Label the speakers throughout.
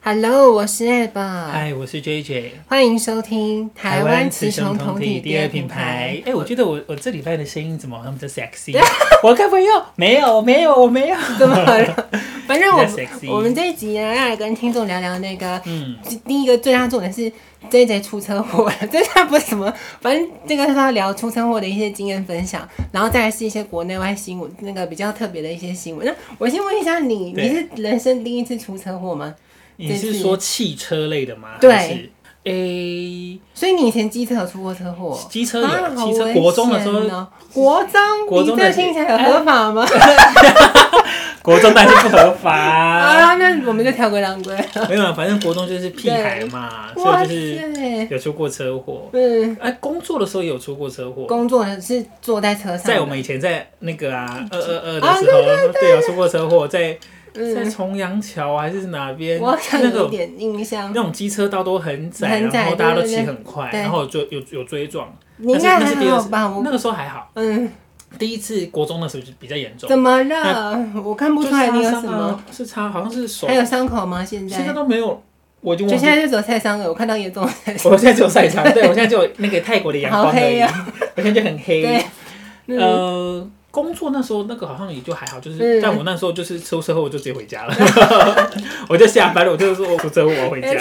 Speaker 1: Hello，我是 Ab，
Speaker 2: 嗨，我是 JJ，
Speaker 1: 欢迎收听台湾雌雄同体第
Speaker 2: 第
Speaker 1: 二
Speaker 2: 二
Speaker 1: 品牌
Speaker 2: 哎、。我觉得我我这礼拜的声音怎么那么的 sexy？我该不会又没有没有我没有？
Speaker 1: 怎么了？反正我
Speaker 2: 比较 sexy
Speaker 1: 我们这一集呢，要来跟听众聊聊那个，
Speaker 2: 嗯，
Speaker 1: 第一个最大重点是 J J 出车祸 了，这他不是什么，反正这个是要聊出车祸的一些经验分享，然后再来是一些国内外新闻，那个比较特别的一些新闻。那我先问一下你，
Speaker 2: 对
Speaker 1: 你是人生第一次出车祸吗？
Speaker 2: 你是说汽车类的吗？
Speaker 1: 对
Speaker 2: 还是。诶、
Speaker 1: 所以你以前机车有出过车祸？
Speaker 2: 机车有
Speaker 1: 啊好
Speaker 2: 机车
Speaker 1: 危
Speaker 2: 国中的时候
Speaker 1: 险哦，国中，
Speaker 2: 国中的
Speaker 1: 你这听起来有合法 吗？
Speaker 2: 国中那就不合 法，
Speaker 1: 啊，那我们就条规当 规。
Speaker 2: 没有，啊，反正国中就是屁孩嘛，所
Speaker 1: 哇
Speaker 2: 以就是
Speaker 1: 塞，
Speaker 2: 有出过车祸。
Speaker 1: 嗯，
Speaker 2: 哎、工作的时候也有出过车祸，
Speaker 1: 工作呢是坐在车上的，
Speaker 2: 在我们以前在那个啊二二二的
Speaker 1: 啊
Speaker 2: 时候，对有出过车祸，在在
Speaker 1: 嗯，
Speaker 2: 重阳桥还是哪边，
Speaker 1: 我好像
Speaker 2: 那
Speaker 1: 有
Speaker 2: 个
Speaker 1: 一点印象
Speaker 2: 那。种机车道都很窄，
Speaker 1: 很窄
Speaker 2: 然后大家都
Speaker 1: 对对
Speaker 2: 骑
Speaker 1: 对
Speaker 2: 很快，
Speaker 1: 对哦
Speaker 2: 然后有追有有追撞。
Speaker 1: 你应该
Speaker 2: 但是那是
Speaker 1: 还
Speaker 2: 第二
Speaker 1: 好
Speaker 2: 次
Speaker 1: 吧？我
Speaker 2: 那个时候还好，
Speaker 1: 嗯，
Speaker 2: 第一次国中的时候就比较严重，
Speaker 1: 怎么了？我看不
Speaker 2: 就
Speaker 1: 出来你有
Speaker 2: 是
Speaker 1: 什
Speaker 2: 擦伤
Speaker 1: 么，
Speaker 2: 啊，是擦好像是手
Speaker 1: 还，有伤口吗？现
Speaker 2: 现在
Speaker 1: 在
Speaker 2: 都没有，我已经
Speaker 1: 就
Speaker 2: 忘
Speaker 1: 现
Speaker 2: 记。
Speaker 1: 在就只有晒伤了，我看到严重的晒伤。
Speaker 2: 我现在只有 晒伤，对我现在只有那个泰国的阳
Speaker 1: 好
Speaker 2: 光而
Speaker 1: 黑
Speaker 2: 已，
Speaker 1: 呀
Speaker 2: 我现在就很黑
Speaker 1: 对。嗯，
Speaker 2: 哎呃，工作那时候那个好像也就还好，就
Speaker 1: 嗯
Speaker 2: 是但我那时候就是出车祸我就直接回家了， 我就下班了，我就说我出车祸我回 家。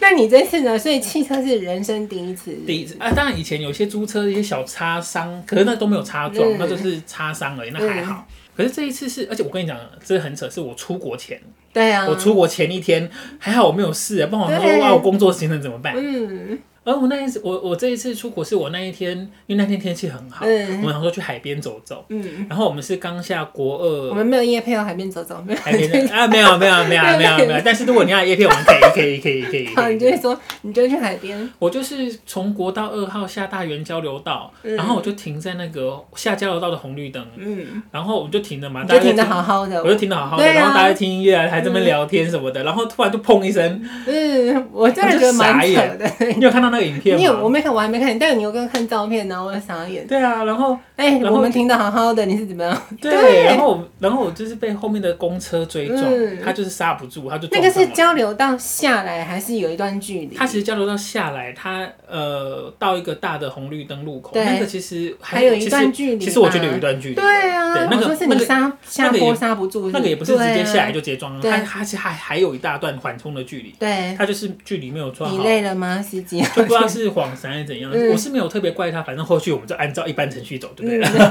Speaker 1: 那你这次呢？所以汽车是人生第一次，
Speaker 2: 第一次啊，当然以前有些租车的一些小擦伤，可是那都没有擦撞，
Speaker 1: 嗯
Speaker 2: 那就是擦伤而已，那还好。可是这一次是，而且我跟你讲，这很扯，是我出国前，
Speaker 1: 对啊，
Speaker 2: 我出国前一天还好我没有事啊，不然我想
Speaker 1: 对
Speaker 2: 说哇，我工作行程怎么办？
Speaker 1: 嗯
Speaker 2: 而我那一次，我我这一次出国是我那一天，因为那天天气很好，
Speaker 1: 嗯
Speaker 2: 我们想说去海边走走，
Speaker 1: 嗯，
Speaker 2: 然后我们是刚下国
Speaker 1: 我
Speaker 2: 二。
Speaker 1: 们没有夜配哦，海边走走，没有
Speaker 2: 海 边的啊，没有没有没有没有没有，但是如果你要叶片，我们可以可以可以可以可以。
Speaker 1: 好，你就会说，你就去海边，
Speaker 2: 我就是从国道二号下大园交流道，
Speaker 1: 嗯
Speaker 2: 然后我就停在那个下交流道的红绿灯，
Speaker 1: 嗯，
Speaker 2: 然后我们就停了嘛，
Speaker 1: 你
Speaker 2: 大
Speaker 1: 就
Speaker 2: 家在
Speaker 1: 停的好好的
Speaker 2: 我。就停的好好的，
Speaker 1: 对啊
Speaker 2: 然后大家在听音乐啊，还在那边聊天什么的，然后突然就砰一声，
Speaker 1: 嗯，我真的觉得蛮扯的。
Speaker 2: 你有看到那个影片
Speaker 1: 你有我
Speaker 2: 吗？
Speaker 1: 没看，我还没看，但你有跟我看照片呢，我傻眼。
Speaker 2: 对啊，然后
Speaker 1: 哎，
Speaker 2: 然后
Speaker 1: 我们停的好好的，你是怎么样？对
Speaker 2: 对，然后我然后我就是被后面的公车追撞
Speaker 1: 嗯，
Speaker 2: 他就是刹不住，他就
Speaker 1: 那
Speaker 2: 撞
Speaker 1: 个
Speaker 2: 上
Speaker 1: 是
Speaker 2: 了。
Speaker 1: 交流道下来，还是有一段距离？
Speaker 2: 他其实交流道下来，他呃到一个大的红绿灯路口，
Speaker 1: 对
Speaker 2: 那个其实
Speaker 1: 还有一段
Speaker 2: 其实
Speaker 1: 距离吧。
Speaker 2: 其实我觉得有一段距离。
Speaker 1: 对啊，
Speaker 2: 对，那
Speaker 1: 我说
Speaker 2: 个
Speaker 1: 是
Speaker 2: 那
Speaker 1: 你
Speaker 2: 个
Speaker 1: 刹下
Speaker 2: 那个
Speaker 1: 坡
Speaker 2: 也
Speaker 1: 刹不住，
Speaker 2: 那个也不是直接下来就直接撞，
Speaker 1: 对啊
Speaker 2: 它它其实还还有一大段缓冲的距离，
Speaker 1: 对啊。
Speaker 2: 它就是距离没有
Speaker 1: 对，
Speaker 2: 抓
Speaker 1: 你
Speaker 2: 好，
Speaker 1: 累了吗，司机？
Speaker 2: 就 不知道是晃神还是怎样。
Speaker 1: 嗯
Speaker 2: 我是没有特别怪他，反正后续我们就按照一般程序走，对不对？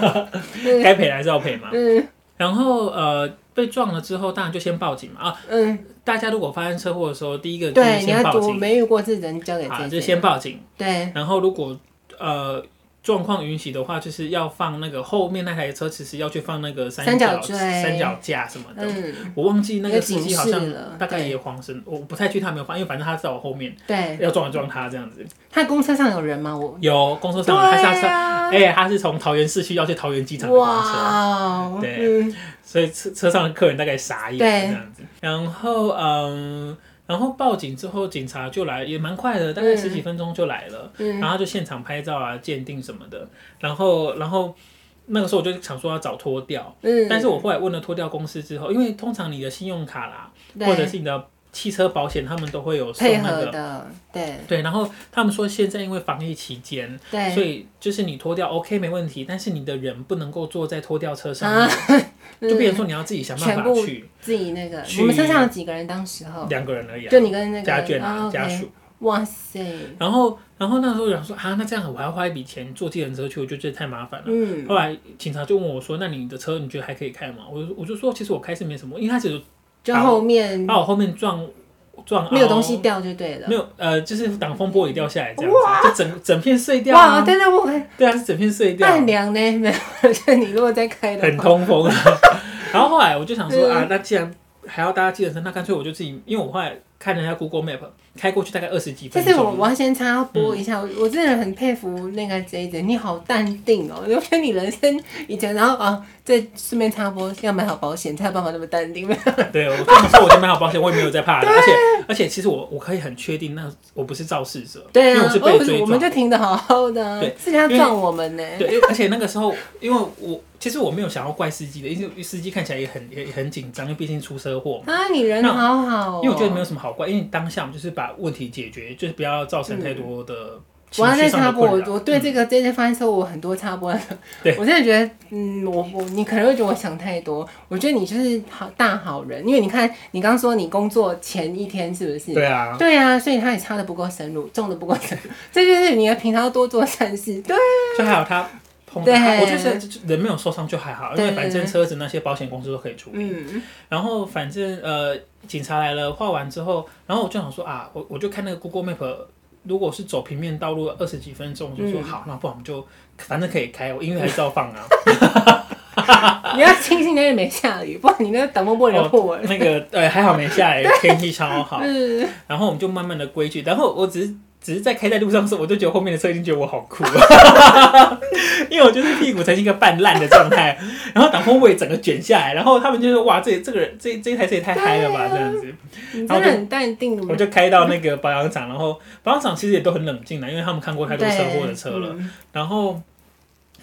Speaker 1: 嗯
Speaker 2: 该赔的还是要赔嘛。
Speaker 1: 嗯
Speaker 2: 然后呃，被撞了之后，当然就先报警嘛啊！
Speaker 1: 嗯，
Speaker 2: 大家如果发生车祸的时候，第一个就是
Speaker 1: 对，你
Speaker 2: 先
Speaker 1: 要
Speaker 2: 报
Speaker 1: 我
Speaker 2: 警
Speaker 1: 没遇过这人交给
Speaker 2: 啊，
Speaker 1: 自
Speaker 2: 就
Speaker 1: 己。
Speaker 2: 先报警。
Speaker 1: 对，
Speaker 2: 然后如果呃状况允许的话，就是要放那个后面那台车，其实要去放那个
Speaker 1: 三
Speaker 2: 三
Speaker 1: 角
Speaker 2: 角
Speaker 1: 锥
Speaker 2: 三角架什么的。
Speaker 1: 嗯，
Speaker 2: 我忘记那
Speaker 1: 有
Speaker 2: 个
Speaker 1: 警
Speaker 2: 司机好
Speaker 1: 示
Speaker 2: 像
Speaker 1: 了
Speaker 2: 大概
Speaker 1: 对
Speaker 2: 也黄神，我不太确定他有没有放，因为反正他在我后面，
Speaker 1: 对，
Speaker 2: 要撞就撞他这样子。
Speaker 1: 他公车上有人吗？我
Speaker 2: 有公车
Speaker 1: 对
Speaker 2: 上来，他下车，
Speaker 1: 啊，
Speaker 2: 哎、他是从桃园市区要去桃园机场的公车，
Speaker 1: 哇，
Speaker 2: 对
Speaker 1: 嗯，
Speaker 2: 所以车车上的客人大概傻眼
Speaker 1: 对
Speaker 2: 这样子。然后嗯，然后报警之后，警察就来，也蛮快的，大概
Speaker 1: 嗯
Speaker 2: 十几分钟就来了。
Speaker 1: 嗯
Speaker 2: 然后就现场拍照啊、鉴定什么的。然后，然后那个时候我就想说要找拖吊，
Speaker 1: 嗯，
Speaker 2: 但是我后来问了拖吊公司之后，因为通常你的信用卡啦，
Speaker 1: 对
Speaker 2: 或者是你的汽车保险，他们都会有送
Speaker 1: 配
Speaker 2: 那
Speaker 1: 合
Speaker 2: 个。
Speaker 1: 的，对
Speaker 2: 对，然后他们说现在因为防疫期间，所
Speaker 1: 对，
Speaker 2: 以就是你脱掉 OK 没问题，但是你的人不能够坐在脱掉车上
Speaker 1: 啊
Speaker 2: 面， 就变成说你要自己想办
Speaker 1: 全
Speaker 2: 法
Speaker 1: 部
Speaker 2: 去
Speaker 1: 自己那个，
Speaker 2: 去
Speaker 1: 你们车上有几个人？当时候
Speaker 2: 两个人而已、
Speaker 1: 就
Speaker 2: 啊，
Speaker 1: 你跟那个
Speaker 2: 家眷啊、
Speaker 1: 哦
Speaker 2: 家
Speaker 1: OK
Speaker 2: 属。
Speaker 1: 哇塞，
Speaker 2: 然后，然后那时候想说啊，那这样我还要花一笔钱坐计程车去，我就觉得太麻烦了。
Speaker 1: 嗯
Speaker 2: 后来警察就问我说：“那你的车你觉得还可以开吗？”我就我就说：“其实我开是没什么，因为他只是
Speaker 1: 就后面
Speaker 2: 把我后面撞撞凹
Speaker 1: 没有东西，掉就对了
Speaker 2: 没。有呃，就是挡风玻璃掉下来这样子，就整整片碎掉
Speaker 1: 哇，
Speaker 2: 啊。
Speaker 1: 但是我很
Speaker 2: 对啊，是整片碎掉，
Speaker 1: 很凉呢，没有， 就你如果在开
Speaker 2: 很
Speaker 1: 的话，
Speaker 2: 通风。啊然后后来我就想说
Speaker 1: 嗯
Speaker 2: 啊，那既然还要搭计程车，那干脆我就自己，因为我后来看了一下 Google Map，开过去大概二十几
Speaker 1: 但
Speaker 2: 分
Speaker 1: 是我
Speaker 2: 钟。嗯
Speaker 1: 我要先插播一下，我我真的很佩服那个 J J，你好淡定哦， 就跟你人生以前，然后啊，再顺便插播，要买好保险才有办法那么淡 定。
Speaker 2: 对，我这么说我就买好保险，我也没有在 怕的。
Speaker 1: 啊
Speaker 2: 而且而且，其实我我可以很确定，那我不是肇事者，
Speaker 1: 对
Speaker 2: 因
Speaker 1: 啊，
Speaker 2: 为我是被
Speaker 1: 哦不
Speaker 2: 追
Speaker 1: 我
Speaker 2: 撞
Speaker 1: 们。就停的好好的、啊
Speaker 2: 对，
Speaker 1: 是他撞我们呢、
Speaker 2: 对，因为而且那个时候，因为我其实我没有想要怪司机的，因为司机看起来也很也也很紧张，因为毕竟出车祸嘛。
Speaker 1: 啊，你人好好、哦，
Speaker 2: 因为我觉得没有什么好好怪，因为当下我们就是把问题解决，就是不要造成太多的
Speaker 1: 嗯
Speaker 2: 情
Speaker 1: 我要
Speaker 2: 绪
Speaker 1: 再
Speaker 2: 上
Speaker 1: 插
Speaker 2: 的
Speaker 1: 播，
Speaker 2: 困
Speaker 1: 我
Speaker 2: 扰。嗯
Speaker 1: 我对这个这些方式，我很多插播的。啊
Speaker 2: 对
Speaker 1: 我真的觉得，嗯，我我你可能会觉得我想太多。我觉得你就是好大好人，因为你看你刚说你工作前一天是不是？
Speaker 2: 对啊，
Speaker 1: 对啊，所以他也插的不够深入，中的不够深入，这就是你的平常多做善事。对，
Speaker 2: 就还好他碰到
Speaker 1: 对
Speaker 2: 他，我觉得是人没有受伤就还好，因为
Speaker 1: 对
Speaker 2: 反正车子那些保险公司都可以处理。
Speaker 1: 嗯，
Speaker 2: 然后反正呃，警察来了，画完之后，然后我就想说啊，我我就看那个 Google Map，如果是走平面道路二十几分钟，我就说、
Speaker 1: 嗯
Speaker 2: 好，那不然我们就反正可以开，我音乐还照放啊。
Speaker 1: 你要庆幸那天没下雨，不然你那个挡风玻璃就破了。
Speaker 2: 那个呃还好没下来，天气超 好。
Speaker 1: 嗯，
Speaker 2: 然后我们就慢慢的归去，然后我只是只是在开在路上的时候，我就觉得后面的车已经觉得我好酷了， 因为我就是屁股呈现一个半烂的状态，然后挡风位整个卷下来，然后他们就说哇，这这个人这这一台车也太嗨了吧，这样
Speaker 1: 啊
Speaker 2: 子，
Speaker 1: 嗯你真的很淡定啊
Speaker 2: 我
Speaker 1: 的，
Speaker 2: 就开到那个保养厂，然后保养厂其实也都很冷静的，因为他们看过太多车祸的车了，
Speaker 1: 嗯
Speaker 2: 然后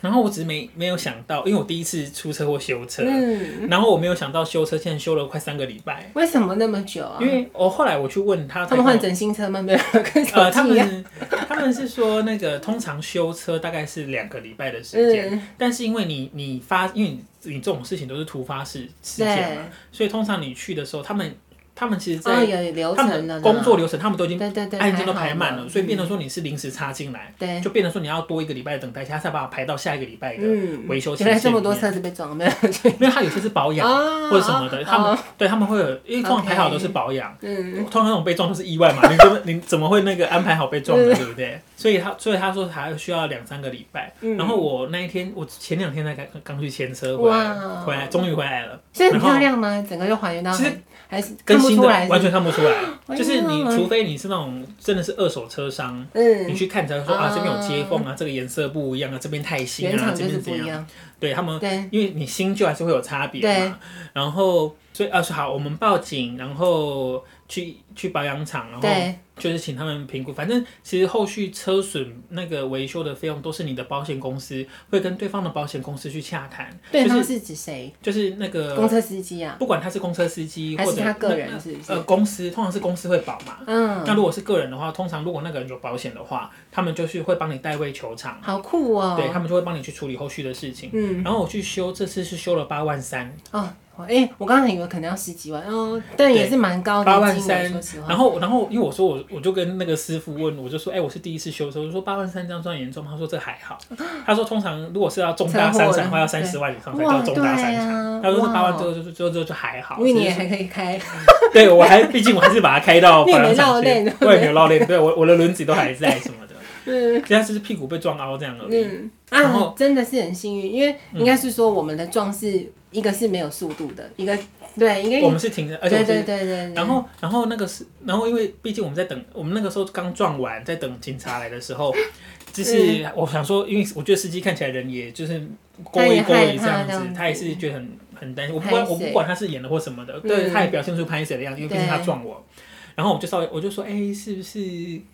Speaker 2: 然后我只是没没有想到，因为我第一次出车祸修车，
Speaker 1: 嗯，
Speaker 2: 然后我没有想到修车，现在修了快三个礼拜。
Speaker 1: 为什么那么久啊
Speaker 2: 因？为我后来我去问他，
Speaker 1: 他们换整新车吗？没有， 跟手
Speaker 2: 呃，他
Speaker 1: 机一样。
Speaker 2: 们他们是说那个通常修车大概是两个礼拜的时间，
Speaker 1: 嗯，
Speaker 2: 但是因为你你发，因为你你这种事情都是突发事事件
Speaker 1: 对
Speaker 2: 嘛，，所以通常你去的时候，他们他们其实
Speaker 1: 哦，
Speaker 2: 在、
Speaker 1: 有流
Speaker 2: 他
Speaker 1: 程
Speaker 2: 们
Speaker 1: 的
Speaker 2: 的
Speaker 1: 啦
Speaker 2: 工作流程，他们都已经
Speaker 1: 对对对，
Speaker 2: 案件都
Speaker 1: 还好
Speaker 2: 排满了，所以变
Speaker 1: 嗯
Speaker 2: 成说你是临时插进来，
Speaker 1: 对，
Speaker 2: 就变成说你要多一个礼拜的等待，他才把它排到下一个礼拜的，
Speaker 1: 嗯
Speaker 2: 维修期
Speaker 1: 原来这么多
Speaker 2: 限
Speaker 1: 车子被撞没有？
Speaker 2: 因为他有些是保养。
Speaker 1: 啊
Speaker 2: 或者什么的，他们
Speaker 1: 哦
Speaker 2: 对他们会有，因为通常
Speaker 1: OK
Speaker 2: 排好都是保养，
Speaker 1: 嗯，
Speaker 2: 通常那种被撞都是意外 嘛，你怎么你怎么会那个安排好被撞的，对不对？所以他所以他说还需要两三个礼拜。
Speaker 1: 嗯
Speaker 2: 然后我那一天，我前两天才刚刚去牵车回来，
Speaker 1: 哇，
Speaker 2: 回来终于回来了，
Speaker 1: 所以很
Speaker 2: 然后
Speaker 1: 漂亮吗？整个就还原到
Speaker 2: 其实
Speaker 1: 很还是哎看
Speaker 2: 跟
Speaker 1: 不
Speaker 2: 新
Speaker 1: 出
Speaker 2: 的
Speaker 1: 来，
Speaker 2: 完全看不出来，
Speaker 1: 完全
Speaker 2: 就是
Speaker 1: 看
Speaker 2: 你
Speaker 1: 不出来
Speaker 2: 除非你是那种真的是二手车商。你
Speaker 1: 嗯，
Speaker 2: 去看才会说啊，
Speaker 1: 啊
Speaker 2: 这边有接缝啊，这个颜色不一样啊，这边太新
Speaker 1: 原
Speaker 2: 啊，
Speaker 1: 厂
Speaker 2: 这
Speaker 1: 就
Speaker 2: 边
Speaker 1: 是不
Speaker 2: 是怎
Speaker 1: 一
Speaker 2: 样？
Speaker 1: 样，
Speaker 2: 对他们
Speaker 1: 对，
Speaker 2: 因为你新旧还是会有差别
Speaker 1: 对
Speaker 2: 嘛。然后所以啊，说好，我们报警，然后去去保养厂，然后
Speaker 1: 对，
Speaker 2: 就是请他们评估，反正其实后续车损那个维修的费用都是你的保险公司会跟对方的保险公司去洽谈，
Speaker 1: 对
Speaker 2: 就
Speaker 1: 方
Speaker 2: 是
Speaker 1: 是指谁？
Speaker 2: 就是那
Speaker 1: 公
Speaker 2: 个
Speaker 1: 车司机啊，
Speaker 2: 不管他是公车司机
Speaker 1: 还
Speaker 2: 或
Speaker 1: 是
Speaker 2: 者
Speaker 1: 他个人
Speaker 2: 那
Speaker 1: 是不是
Speaker 2: 呃公司，通常是公司会保嘛。
Speaker 1: 嗯，
Speaker 2: 那如果是个人的话，通常如果那个人有保险的话，他们就是会帮你代位求偿，
Speaker 1: 好酷哦，
Speaker 2: 对他们就会帮你去处理后续的事情。
Speaker 1: 嗯，
Speaker 2: 然后我去修，这次是修了八万三，
Speaker 1: 哦。哎、我刚才以为可能要十几万哦，但也是蛮高的
Speaker 2: 八万
Speaker 1: 金额，
Speaker 2: 三
Speaker 1: 说实话
Speaker 2: 然。后，然后因为我说我我就跟那个师傅问，我就说，哎、我是第一次修车，我说八万三这样算严重吗？他说这还好。他说通常如果是要重大
Speaker 1: 车祸了
Speaker 2: 伤残的话，要三十万以上才叫重大伤
Speaker 1: 对
Speaker 2: 残。
Speaker 1: 啊
Speaker 2: 他说这
Speaker 1: 哇
Speaker 2: 八万就就就就就还好，
Speaker 1: 因为你
Speaker 2: 只
Speaker 1: 也
Speaker 2: 是
Speaker 1: 还可以开，
Speaker 2: 对我还毕竟我还是把它开 到
Speaker 1: 你也
Speaker 2: 保
Speaker 1: 没
Speaker 2: 养厂
Speaker 1: 落泪
Speaker 2: 去
Speaker 1: 对，
Speaker 2: 我也没有落泪，对我我的轮子都还在什么的，
Speaker 1: 嗯
Speaker 2: 现在只是屁股被撞凹这样而已。
Speaker 1: 嗯
Speaker 2: 然后嗯
Speaker 1: 啊，真的是很幸运，因为应该是说我们的撞是一个是没有速度的，一个对，应该
Speaker 2: 我们是停着，而且我
Speaker 1: 对
Speaker 2: 们是
Speaker 1: 对对对对，
Speaker 2: 然后，然后那个是，然后因为毕竟我们在等，我们那个时候刚撞完，在等警察来的 时候，就是我想说，因为我觉得司机看起来人也就是勾一勾一
Speaker 1: 他也害
Speaker 2: 这样
Speaker 1: 怕这样
Speaker 2: 子
Speaker 1: 子，
Speaker 2: 他也是觉得很很担心。我不管
Speaker 1: 拍谁
Speaker 2: 我不管他是演的或什么的，对，
Speaker 1: 嗯
Speaker 2: 他也表现出拍谁的样子，因为毕竟他撞我。然后我就稍微我就说，哎、是不是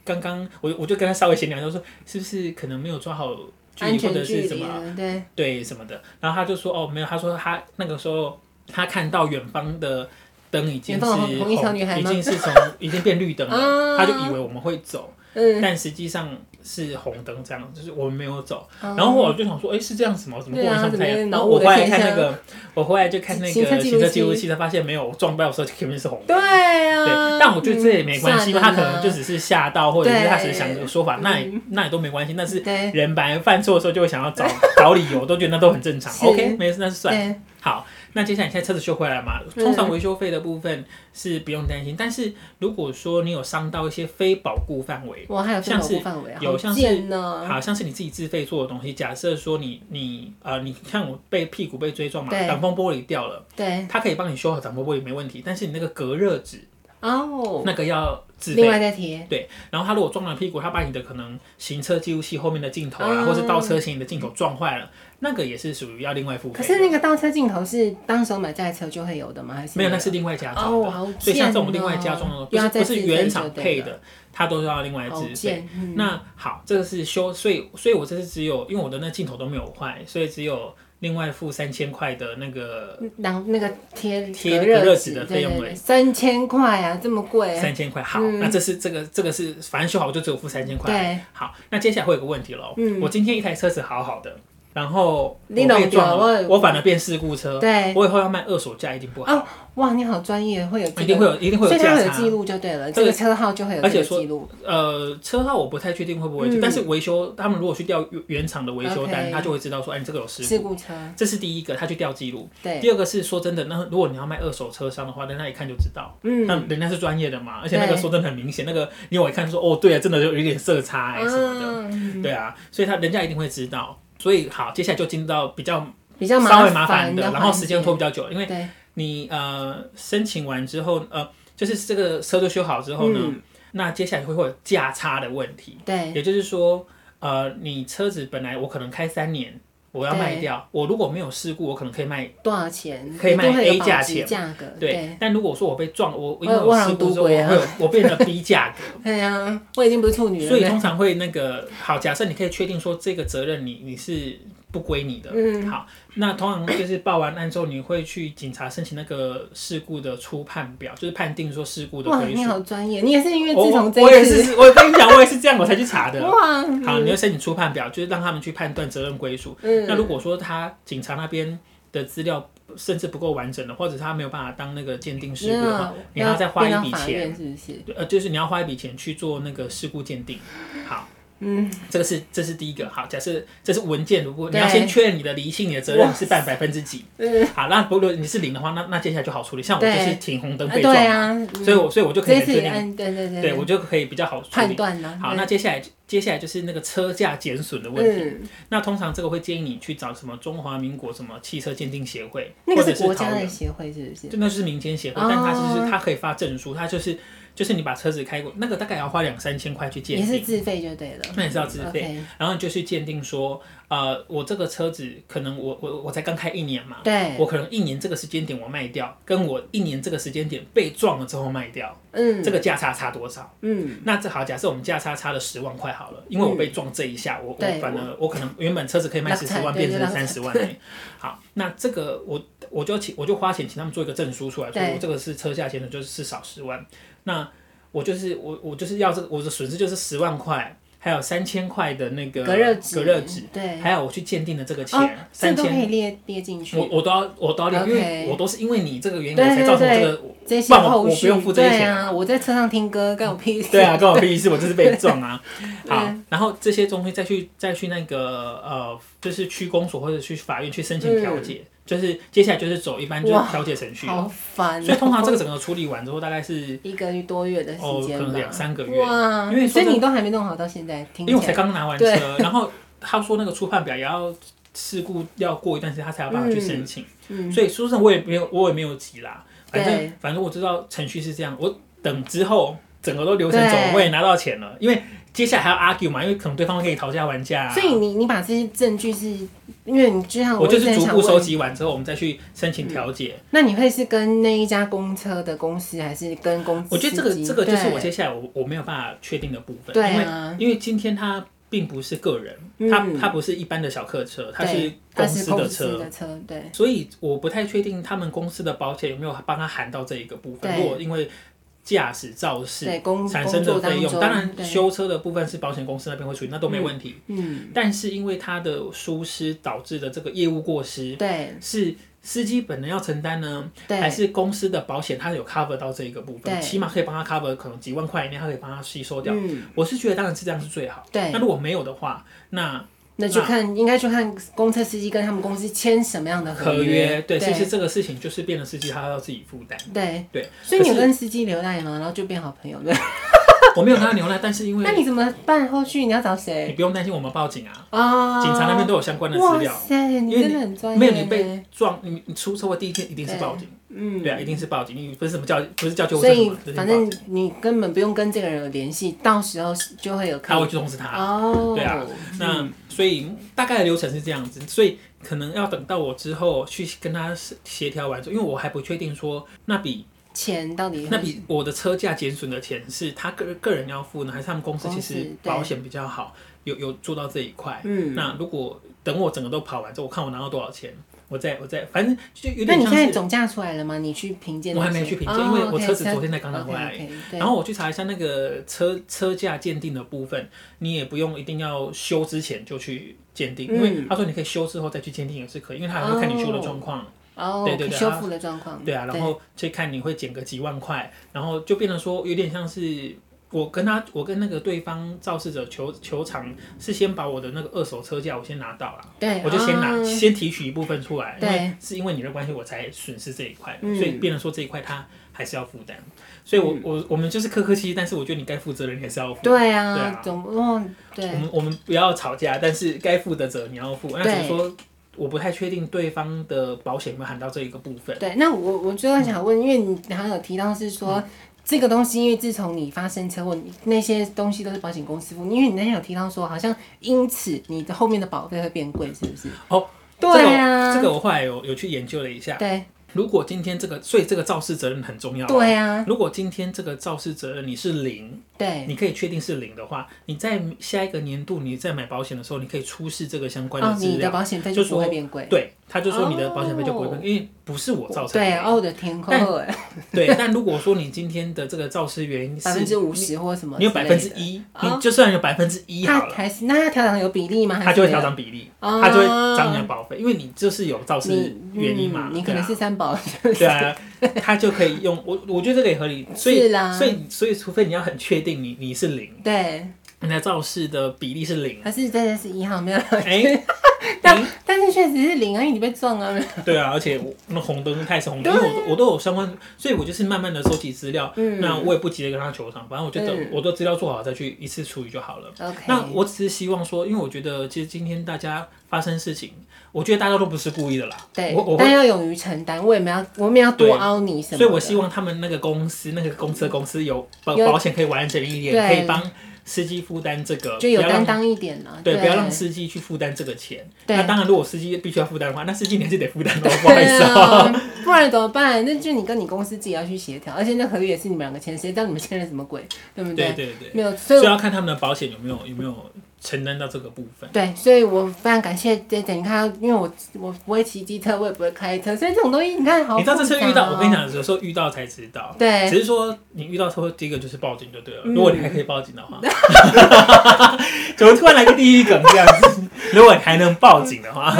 Speaker 2: 刚刚我我就跟他稍微闲聊，就说是不是可能没有抓好距
Speaker 1: 安
Speaker 2: 离或
Speaker 1: 全
Speaker 2: 者
Speaker 1: 距
Speaker 2: 是什
Speaker 1: 离
Speaker 2: 么
Speaker 1: 啊，对，
Speaker 2: 对什么的，然后他就说哦没有，他说他那个时候他看到远方的灯已经
Speaker 1: 远
Speaker 2: 是
Speaker 1: 方有红红衣小女孩
Speaker 2: 已
Speaker 1: 吗
Speaker 2: 经是从 已经变绿灯了，
Speaker 1: 啊
Speaker 2: 他就以为我们会 走，
Speaker 1: 嗯，
Speaker 2: 但实际上是红灯这样，就是我们没有走。
Speaker 1: 然
Speaker 2: 然后我就想说，哎是这样子吗？怎么
Speaker 1: 啊对
Speaker 2: 过
Speaker 1: 啊
Speaker 2: 完上
Speaker 1: 怎么
Speaker 2: 太
Speaker 1: 有
Speaker 2: 阳？
Speaker 1: 点
Speaker 2: 然后
Speaker 1: 脑雾
Speaker 2: 我
Speaker 1: 的
Speaker 2: 回来
Speaker 1: 现
Speaker 2: 看那
Speaker 1: 象
Speaker 2: 个，我回来就看那
Speaker 1: 行车
Speaker 2: 个
Speaker 1: 记
Speaker 2: 行
Speaker 1: 录
Speaker 2: 车记录
Speaker 1: 器
Speaker 2: 器，才发现没有，我撞到的时候 前面是红灯。
Speaker 1: 对
Speaker 2: 对
Speaker 1: 啊，，
Speaker 2: 但我觉得这也没关系，因为他可能就只是吓到，或者是
Speaker 1: 对
Speaker 2: 他只是想这个说法，
Speaker 1: 嗯
Speaker 2: 那也那也都没关系。但是
Speaker 1: 是对
Speaker 2: 人本来犯错的时候就会想要找 找理由，都觉得那都很正常。
Speaker 1: 是
Speaker 2: OK，没事，那就算了
Speaker 1: 对，
Speaker 2: 好。那接下来你现在车子修回来嘛，
Speaker 1: 嗯
Speaker 2: 通常维修费的部分是不用担心，但是如果说你有伤到一些非保固范围，
Speaker 1: 我还有分
Speaker 2: 像
Speaker 1: 保
Speaker 2: 是
Speaker 1: 护范围啊，
Speaker 2: 有
Speaker 1: 好
Speaker 2: 像是
Speaker 1: 贱呢，
Speaker 2: 好像是你自己自费做的东西，假设说你你呃，你看我被屁股被追撞嘛，
Speaker 1: 对
Speaker 2: 挡风玻璃掉了，
Speaker 1: 对
Speaker 2: 它可以帮你修好挡风玻璃没问题，但是你那个隔热纸
Speaker 1: 哦，
Speaker 2: 那个要自费
Speaker 1: 另。外再贴，
Speaker 2: 然后他如果撞了屁股，他把你的可能行车记录器后面的镜头啦，
Speaker 1: 嗯
Speaker 2: 或是倒车前你的镜头撞坏了，那个也是属于要另外付费的。
Speaker 1: 可是那个倒车镜头是当时候买这台车就会有的吗？还是
Speaker 2: 没有，那是另外加装的。
Speaker 1: 哦，好贱哦，
Speaker 2: 所以像这种另外加装的，不
Speaker 1: 又
Speaker 2: 是
Speaker 1: 要再
Speaker 2: 不
Speaker 1: 自
Speaker 2: 是
Speaker 1: 费
Speaker 2: 原
Speaker 1: 就
Speaker 2: 厂
Speaker 1: 对
Speaker 2: 配
Speaker 1: 了，
Speaker 2: 的，它都是要另外
Speaker 1: 好
Speaker 2: 自费。
Speaker 1: 贱，嗯
Speaker 2: 那好，这个是修，所以所以我这次只有，因为我的那镜头都没有坏，所以只有另外付三千块的那个
Speaker 1: 然那个贴
Speaker 2: 贴
Speaker 1: 隔
Speaker 2: 那个热
Speaker 1: 纸
Speaker 2: 纸的
Speaker 1: 对
Speaker 2: 费用
Speaker 1: 对
Speaker 2: 而已
Speaker 1: 对三千块啊，这么贵、
Speaker 2: 三千块。好，
Speaker 1: 嗯
Speaker 2: 那这是这个这个是反正修好我就只有付三千块。
Speaker 1: 对，
Speaker 2: 好，那接下来会有个问题喽。
Speaker 1: 嗯
Speaker 2: 我今天一台车子好好的，然后我
Speaker 1: 你弄
Speaker 2: 被撞
Speaker 1: 掉我
Speaker 2: 了，
Speaker 1: 有
Speaker 2: 我反而变事故车，
Speaker 1: 对，
Speaker 2: 我以后要卖二手价一定不好，
Speaker 1: 哦，哇，你好专业，会有、这个
Speaker 2: 一定会有一定会
Speaker 1: 所
Speaker 2: 有
Speaker 1: 以它
Speaker 2: 价
Speaker 1: 会有
Speaker 2: 差
Speaker 1: 记。录就对了，
Speaker 2: 这
Speaker 1: 这
Speaker 2: 个
Speaker 1: 个车号就会有
Speaker 2: 而且
Speaker 1: 这个
Speaker 2: 说
Speaker 1: 记录。
Speaker 2: 呃，车号我不太确定会不会记，
Speaker 1: 嗯
Speaker 2: 但是维修他们如果去调原原厂的维修单，
Speaker 1: OK
Speaker 2: 他就会知道说，哎，你这个有事
Speaker 1: 事
Speaker 2: 故。
Speaker 1: 故车，
Speaker 2: 这是第一个，他去调记录。
Speaker 1: 对，
Speaker 2: 第二个是说真的，那如果你要卖二手车商的话，那他一看就知道，
Speaker 1: 嗯，
Speaker 2: 那人家是专业的嘛，而且那个
Speaker 1: 对
Speaker 2: 说真的很明显，那个你我一看说，哦，对啊，真的有有一点色差哎、什么的，
Speaker 1: 嗯
Speaker 2: 对啊，所以他人家一定会知道。所以好，接下来就进到比较
Speaker 1: 比较
Speaker 2: 稍微麻
Speaker 1: 麻
Speaker 2: 烦
Speaker 1: 的
Speaker 2: 的，
Speaker 1: 环节，
Speaker 2: 然后时间拖比较久，因为
Speaker 1: 对，
Speaker 2: 你呃申请完之后，呃，就是这个车就修好之后呢，
Speaker 1: 嗯
Speaker 2: 那接下来会会有价差的问题，
Speaker 1: 对，
Speaker 2: 也就是说，呃，你车子本来我可能开三年，我要卖
Speaker 1: 对
Speaker 2: 掉，我如果没有事故，我可能可以卖
Speaker 1: 多少钱
Speaker 2: 可以卖
Speaker 1: 一定会有
Speaker 2: A
Speaker 1: 保
Speaker 2: 价
Speaker 1: 值
Speaker 2: 钱
Speaker 1: 价格，
Speaker 2: 对，但如果说我被撞，我因为
Speaker 1: 我
Speaker 2: 我
Speaker 1: 我
Speaker 2: 事故
Speaker 1: 好像
Speaker 2: 之后，我
Speaker 1: 赌鬼啊
Speaker 2: 会有我变成 B 价格，
Speaker 1: 对哎呀，我已经不是处女了，
Speaker 2: 所以
Speaker 1: 对
Speaker 2: 通常会那个好，假设你可以确定说这个责任你你是不归你的，
Speaker 1: 嗯
Speaker 2: 好，那通常就是报完案之后，你会去警察申请那个事故的初判表，就是判定说事故的
Speaker 1: 哇，
Speaker 2: 归
Speaker 1: 你
Speaker 2: 属。
Speaker 1: 好专业，你也是因为
Speaker 2: 我
Speaker 1: 自
Speaker 2: 我
Speaker 1: 从这
Speaker 2: 哦我也
Speaker 1: 一次，
Speaker 2: 是，我跟你讲，我也是这样，我才去查 的。
Speaker 1: 哇，
Speaker 2: 好，你就申请初判表，就是让他们去判断责任归属。
Speaker 1: 嗯，
Speaker 2: 那如果说他警察那边的资料甚至不够完整的，或者是他没有办法当那个鉴定师的话，你还要再花一笔
Speaker 1: 变到法
Speaker 2: 钱，
Speaker 1: 院是不是？
Speaker 2: 呃，就是你要花一笔钱去做那个事故鉴定。好，
Speaker 1: 嗯，
Speaker 2: 这个是这是第一个。好，假设这是文件，如果你
Speaker 1: 对
Speaker 2: 要先确认你的离性，你的责任是办百分之几。
Speaker 1: 嗯，
Speaker 2: 好，那如果你是零的话，那那接下来就好处理。像我就
Speaker 1: 对
Speaker 2: 是停红灯
Speaker 1: 啊
Speaker 2: 被撞，
Speaker 1: 对啊，
Speaker 2: 所以我所以我就
Speaker 1: 嗯
Speaker 2: 可以
Speaker 1: 这
Speaker 2: 很确
Speaker 1: 次
Speaker 2: 定，
Speaker 1: 按对对对
Speaker 2: 对我就可以比较好处
Speaker 1: 判
Speaker 2: 理。
Speaker 1: 断呢，
Speaker 2: 好，
Speaker 1: 对
Speaker 2: 那接下来接下来就是那个车价减损的问题。
Speaker 1: 嗯，
Speaker 2: 那通常这个会建议你去找什么中华民国什么汽车鉴定协会，
Speaker 1: 那
Speaker 2: 或
Speaker 1: 个
Speaker 2: 者
Speaker 1: 是国
Speaker 2: 桃
Speaker 1: 家的
Speaker 2: 园
Speaker 1: 协会是不是？
Speaker 2: 就那就是民间协会，
Speaker 1: 哦
Speaker 2: 但它就是它可以发证书，它就是就是你把车子开过，那个大概也要花两三千块去鉴
Speaker 1: 也是
Speaker 2: 定，
Speaker 1: 自费就对了，
Speaker 2: 那也是要自费。
Speaker 1: OK，
Speaker 2: 然后你就去鉴定说，呃，我这个车子可能我我我才刚开一年嘛，
Speaker 1: 对，
Speaker 2: 啊我可能一年这个时间点我卖掉，跟我一年这个时间点被撞了之后卖掉，
Speaker 1: 嗯，
Speaker 2: 这个价差差多少？
Speaker 1: 嗯，
Speaker 2: 那这好，假设我们价差差了十万块好了，因为我被撞这一下，我我
Speaker 1: 对
Speaker 2: 反而我可能原本车子可以卖
Speaker 1: 浪
Speaker 2: 十
Speaker 1: 费
Speaker 2: 四万，
Speaker 1: 对
Speaker 2: 变成
Speaker 1: 浪费
Speaker 2: 三十万而已 好，那这个我我就请我就花钱请他们做一个证书出来，说
Speaker 1: 对
Speaker 2: 我这个是车价钱的，就是至少十万。那我就是我我就是要这个我的损失就是十万块，还有三千块的那个
Speaker 1: 隔热纸，
Speaker 2: 隔热纸，
Speaker 1: 对，
Speaker 2: 还有我去鉴定的这个
Speaker 1: 哦
Speaker 2: 钱，
Speaker 1: 这
Speaker 2: 三
Speaker 1: 都可
Speaker 2: 千。
Speaker 1: 以列列进去
Speaker 2: 我，我都要我都要列，因为
Speaker 1: OK
Speaker 2: 我都是因为你这个原因，
Speaker 1: 对
Speaker 2: 我才造成
Speaker 1: 对对
Speaker 2: 这个
Speaker 1: 这些
Speaker 2: 不然我
Speaker 1: 后
Speaker 2: 我
Speaker 1: 续
Speaker 2: 不用付这些
Speaker 1: 对
Speaker 2: 钱
Speaker 1: 啊，我在车上听歌干我屁事，
Speaker 2: 对啊，跟我屁事，我就是被撞啊。好
Speaker 1: 嗯，
Speaker 2: 然后这些东西再去再去那个呃，就是区公所或者去法院去申请调解，就是接下来就是走一般就
Speaker 1: 嗯
Speaker 2: 是
Speaker 1: 哇
Speaker 2: 调解程序了。
Speaker 1: 好烦哦，
Speaker 2: 所以通常这个整个处理完之后，大概是
Speaker 1: 一个多月的
Speaker 2: 哦，
Speaker 1: 时
Speaker 2: 可
Speaker 1: 间
Speaker 2: 能
Speaker 1: 吧，
Speaker 2: 两三个月，
Speaker 1: 哇，
Speaker 2: 因为说
Speaker 1: 所以
Speaker 2: 真
Speaker 1: 你都还没弄好到现在，听
Speaker 2: 因
Speaker 1: 起
Speaker 2: 为
Speaker 1: 来
Speaker 2: 我才刚拿完 车，然后他说那个初判表也要事故要过一段时间，他才有办法去申请。
Speaker 1: 嗯，
Speaker 2: 所以说真的，我也没有我也没有急啦，反正
Speaker 1: 对
Speaker 2: 反正我知道程序是这样，我等之后整个都流程
Speaker 1: 对
Speaker 2: 走，我也拿到钱了，因为接下来还要 argue 嘛，因为可能对方会跟你讨价还价、啊，
Speaker 1: 所以你你把这些证据是，因为你就像
Speaker 2: 我
Speaker 1: 一
Speaker 2: 就
Speaker 1: 直
Speaker 2: 是
Speaker 1: 很
Speaker 2: 逐
Speaker 1: 想
Speaker 2: 步收
Speaker 1: 问，嗯
Speaker 2: 集完之后，我们再去申请调解。
Speaker 1: 那你会是跟那一家公车的公司，还是跟公司司
Speaker 2: 我
Speaker 1: 机？
Speaker 2: 觉得这个这个就是
Speaker 1: 嗯对
Speaker 2: 我接下来我我没有办法确定的部分，
Speaker 1: 对
Speaker 2: 因为
Speaker 1: 啊，
Speaker 2: 因为今天他并不是个人，
Speaker 1: 嗯
Speaker 2: 他他不是一般的小客车，他是
Speaker 1: 对
Speaker 2: 公
Speaker 1: 它
Speaker 2: 司
Speaker 1: 是
Speaker 2: 的
Speaker 1: 公
Speaker 2: 车
Speaker 1: 司，的车，对，
Speaker 2: 所以我不太确定他们公司的保险有没有帮他含到这一个部分。
Speaker 1: 对
Speaker 2: 如果因为驾驶肇事
Speaker 1: 对工
Speaker 2: 产生
Speaker 1: 工
Speaker 2: 的
Speaker 1: 作
Speaker 2: 费
Speaker 1: 当
Speaker 2: 用，
Speaker 1: 中，
Speaker 2: 当然
Speaker 1: 对
Speaker 2: 修车的部分是保险公司那边会处理，那都没问题。
Speaker 1: 嗯，
Speaker 2: 但是因为他的疏失导致的这个业务过失，
Speaker 1: 对
Speaker 2: 是司机本人要承担呢，还
Speaker 1: 对
Speaker 2: 是公司的保险它有 cover 到这一个部分？
Speaker 1: 对
Speaker 2: 起码可以帮他 cover 可能几万块以内，他可以帮他吸收掉。
Speaker 1: 嗯
Speaker 2: 我是觉得当然是这样是最好。
Speaker 1: 对
Speaker 2: 那，如果没有的话，那
Speaker 1: 那就看应该去看公车司机跟他们公司签什么样的
Speaker 2: 合约
Speaker 1: 约，
Speaker 2: 对，其
Speaker 1: 对
Speaker 2: 实这个事情就是变成司机他要自己负担。
Speaker 1: 对
Speaker 2: 对，
Speaker 1: 所以你有
Speaker 2: 可是
Speaker 1: 跟司机留赖吗？然后就变好朋友对？
Speaker 2: 我没有跟他牛奶，但是因
Speaker 1: 那
Speaker 2: 为
Speaker 1: 你怎么办？后续你要找
Speaker 2: 你
Speaker 1: 谁
Speaker 2: 不用担心我们报警啊，
Speaker 1: 啊？
Speaker 2: 警察那边都有相关的资料
Speaker 1: 哇。塞，你
Speaker 2: 因为
Speaker 1: 真的很专业。
Speaker 2: 没有你被撞，你你出车祸第一天一定是报警，
Speaker 1: 嗯，
Speaker 2: 对啊，一定是报警，你不是什么叫不是叫救护
Speaker 1: 所
Speaker 2: 车什
Speaker 1: 以
Speaker 2: 么，就是
Speaker 1: 反
Speaker 2: 报警
Speaker 1: 正你根本不用跟这个人有联系，到时候就会有
Speaker 2: 他
Speaker 1: 客
Speaker 2: 会去通知他。
Speaker 1: 哦，
Speaker 2: 对啊，那所以大概的流程是这样子，所以可能要等到我之后去跟他协调完之后，因为我还不确定说那笔
Speaker 1: 钱到底
Speaker 2: 那笔我的车价减损的钱是他个个人要付呢，还是他们公司其
Speaker 1: 公
Speaker 2: 实
Speaker 1: 司对
Speaker 2: 保险比较好？有有做到这一块。
Speaker 1: 嗯，
Speaker 2: 那如果等我整个都跑完之后，我看我拿到多少钱，我再我再反正就有
Speaker 1: 那
Speaker 2: 点
Speaker 1: 你现
Speaker 2: 像
Speaker 1: 在
Speaker 2: 是。
Speaker 1: 总价出来了吗？你去评鉴
Speaker 2: 我
Speaker 1: 那些？
Speaker 2: 还没去评鉴，
Speaker 1: 哦
Speaker 2: 因为我
Speaker 1: OK，
Speaker 2: 车子
Speaker 1: 车
Speaker 2: 昨天才刚拿回来。
Speaker 1: OK，OK，对
Speaker 2: 然后我去查一下那个车车价鉴定的部分，你也不用一定要修之前就去鉴定，
Speaker 1: 嗯
Speaker 2: 因为他说你可以修之后再去鉴定也是可以，因为他还会看你修的状况。
Speaker 1: 哦，
Speaker 2: 对对对
Speaker 1: 修复的状况，
Speaker 2: 对啊，然后去看你会减个几万块，然后就变成说有点像是。我跟他，我跟那个对方肇事者求求偿，是先把我的那个二手车价我先拿到了，
Speaker 1: 对，
Speaker 2: 我就先拿，
Speaker 1: 哦
Speaker 2: 先提取一部分出来，因
Speaker 1: 对
Speaker 2: 为是因为你的关系，我才损失这一块，
Speaker 1: 嗯
Speaker 2: 所以变成说这一块他还是要负担，所以我我我们就是客客气气，但是我觉得你该负责的你还是要负。
Speaker 1: 对
Speaker 2: 对
Speaker 1: 啊
Speaker 2: 啊，
Speaker 1: 总哦
Speaker 2: 我
Speaker 1: 对，
Speaker 2: 们我们不要吵架，但是该负的责你要负。那只是
Speaker 1: 对
Speaker 2: 说我不太确定对方的保险有没有含到这一个部分。
Speaker 1: 对，那我我最后想问，因为你好像有提到是说。
Speaker 2: 嗯
Speaker 1: 这个东西，因为自从你发生车祸，你那些东西都是保险公司付。因为你那天有提到说，好像因此你的后面的保费会变贵，是不是？
Speaker 2: 哦，
Speaker 1: 对啊，
Speaker 2: 这个我这个我后来有有去研究了一下，
Speaker 1: 对
Speaker 2: 如果今天这个，所以这个肇事责任很啊重要。。
Speaker 1: 对啊，
Speaker 2: 如果今天这个肇事责任你是零，
Speaker 1: 对
Speaker 2: 你可以确定是零的话，你在下一个年度你在买保险的时候，你可以出示这个相关
Speaker 1: 哦，
Speaker 2: 资
Speaker 1: 你的
Speaker 2: 料。
Speaker 1: 保险费
Speaker 2: 就
Speaker 1: 就不
Speaker 2: 说
Speaker 1: 会变贵。
Speaker 2: 对，他就说你的保险费就不会
Speaker 1: 哦
Speaker 2: 更，因为不是我造成
Speaker 1: 对，
Speaker 2: 的。
Speaker 1: 哦，我的天空，
Speaker 2: 对，但如果说你今天的这个肇事原因是
Speaker 1: 百分之五十或什么
Speaker 2: 你
Speaker 1: 之类的，
Speaker 2: 有百分之一，
Speaker 1: 哦
Speaker 2: 你就算有百分之一好
Speaker 1: 他
Speaker 2: 了，
Speaker 1: 还是那他调整有比例吗？还
Speaker 2: 他
Speaker 1: 是
Speaker 2: 就会
Speaker 1: 没有
Speaker 2: 调，整比例，
Speaker 1: 哦
Speaker 2: 他就会涨你的保费，因为你就是有肇事
Speaker 1: 你
Speaker 2: 原因嘛
Speaker 1: 嗯。你可能
Speaker 2: 对啊
Speaker 1: 是三宝，
Speaker 2: 对啊，他就可以用我，我觉得这个也合理。所以
Speaker 1: 是，啦
Speaker 2: 所以，所以，除非你要很确定你你是零，
Speaker 1: 对，
Speaker 2: 你的肇事的比例是 零，
Speaker 1: 还是真的是一号 没有？
Speaker 2: 哎、
Speaker 1: 但但是确实是零啊，因为你被撞啊，没有
Speaker 2: 对啊，而且我那红灯它也是红灯，因
Speaker 1: 对
Speaker 2: 为我我都有相关，所以我就是慢慢的收集资料。
Speaker 1: 嗯
Speaker 2: 那我也不急着跟他求偿，反正我就等
Speaker 1: 嗯
Speaker 2: 我的资料做好再去一次处理就好了。
Speaker 1: OK，
Speaker 2: 那我只是希望说，因为我觉得其实今天大家发生事情，我觉得大家都不是故意的啦。
Speaker 1: 对
Speaker 2: 我我，
Speaker 1: 但
Speaker 2: 会，
Speaker 1: 要勇于承担，我也没有，我们要
Speaker 2: 对
Speaker 1: 多凹你什么的，
Speaker 2: 所以我希望他们那个公司那个公司的公司有保
Speaker 1: 有
Speaker 2: 保险可以完整一点，
Speaker 1: 对
Speaker 2: 可以帮司机负担这个，
Speaker 1: 就有
Speaker 2: 不要让
Speaker 1: 担当一点了，
Speaker 2: 对，不要让司机去负担这个钱。
Speaker 1: 对
Speaker 2: 那当然，如果司机必须要负担的话，那司机你还是得负担 哦，不好意
Speaker 1: 对
Speaker 2: 思哦。
Speaker 1: 啊， 不然怎么办？那就你跟你公司自己要去协调，而且那合约也是你们两个签，谁知道你们签了什么鬼，对哦不
Speaker 2: 对？对对。
Speaker 1: 没有，所
Speaker 2: 所
Speaker 1: 以
Speaker 2: 以要看他们的保险有没有有没有承担到这个部分。
Speaker 1: 对，所以我非常感谢 J J。你看，因为我我不会骑机车，我也不会开车，所以这种东西你看好、啊
Speaker 2: 你知道这次遇到，我跟你，讲，有时候遇到才知道。
Speaker 1: 对
Speaker 2: 只是说你遇到之后，第一个就是报警就对了。
Speaker 1: 嗯
Speaker 2: 如果你还可以报警的话， 怎么突然来个地狱梗这样子？如果你还能报警的话，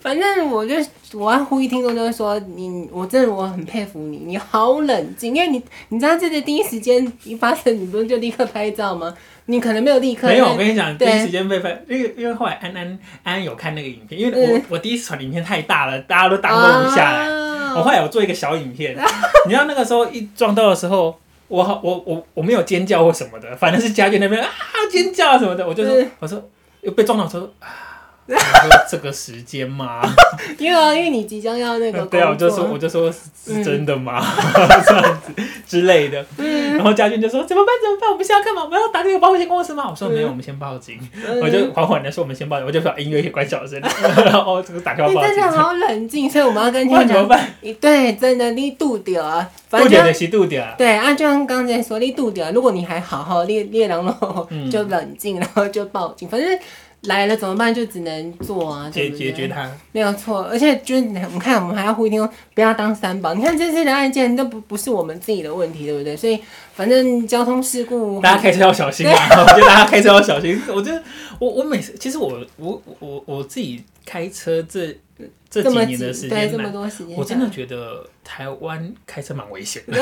Speaker 1: 反正我就我要呼吁听众，就是说你，我真的我很佩服你，你好冷静，因为你你知道这个第一时间一发生，你不是就立刻拍照吗？你可能没有立刻，
Speaker 2: 没有。
Speaker 1: 但
Speaker 2: 我跟你讲，第
Speaker 1: 对
Speaker 2: 一时间被拍，因为因为后来安安安安有看那个影片，因为
Speaker 1: 嗯
Speaker 2: 我我第一次传影片太大了，大家都挡不下来。
Speaker 1: 啊
Speaker 2: 我后来有做一个小影片， 你知道那个时候一撞到的时候，我好我我我没有尖叫或什么的，反正是家眷那边啊尖叫什么的，我就说
Speaker 1: 嗯
Speaker 2: 我说又被撞到的时候 啊，我说这个时间吗？
Speaker 1: 因为啊，因为你即将要那个
Speaker 2: 对啊，我
Speaker 1: 工
Speaker 2: 就
Speaker 1: 作
Speaker 2: 说我就说是是
Speaker 1: 嗯
Speaker 2: 真的吗？ 这样子之类的，
Speaker 1: 嗯
Speaker 2: 然后家眷就说怎么办怎么办？我们现在要干嘛？我们要打这个保险公司吗？我说没有，
Speaker 1: 嗯
Speaker 2: 我们先报警。
Speaker 1: 嗯
Speaker 2: 我就缓缓的说我们啊先报警，我就把音乐也关小声，然
Speaker 1: 哎
Speaker 2: 后这个打电话
Speaker 1: 你
Speaker 2: 报警
Speaker 1: 真。的好冷静，所以我们要跟
Speaker 2: 不
Speaker 1: 听众
Speaker 2: 然怎
Speaker 1: 讲，
Speaker 2: 么办？
Speaker 1: 你对，真的你度掉啊，反
Speaker 2: 度
Speaker 1: 正
Speaker 2: 点的是度点啊。
Speaker 1: 对啊，就像刚才说，你度掉，如果你还好好列列狼喽
Speaker 2: 嗯，
Speaker 1: 就冷静，然后就报警，反正来了怎么办，就只能做啊，
Speaker 2: 解
Speaker 1: 对不
Speaker 2: 解决
Speaker 1: 对
Speaker 2: 它。
Speaker 1: 没有错。而且就是你我们看，我们还要呼吁听众不要当三宝。你看这次的案件都不不是我们自己的问题，对不对？所以反正交通事故，
Speaker 2: 大家开车要小心啊！ 我觉得大家开车要小心。我觉得我我每次，其实我我我我自己开车这
Speaker 1: 这
Speaker 2: 这几
Speaker 1: 么
Speaker 2: 年的
Speaker 1: 急
Speaker 2: 时
Speaker 1: 对
Speaker 2: 间
Speaker 1: 这么
Speaker 2: 来，
Speaker 1: 多时间，
Speaker 2: 我真的，觉得台湾开车蛮危险 的。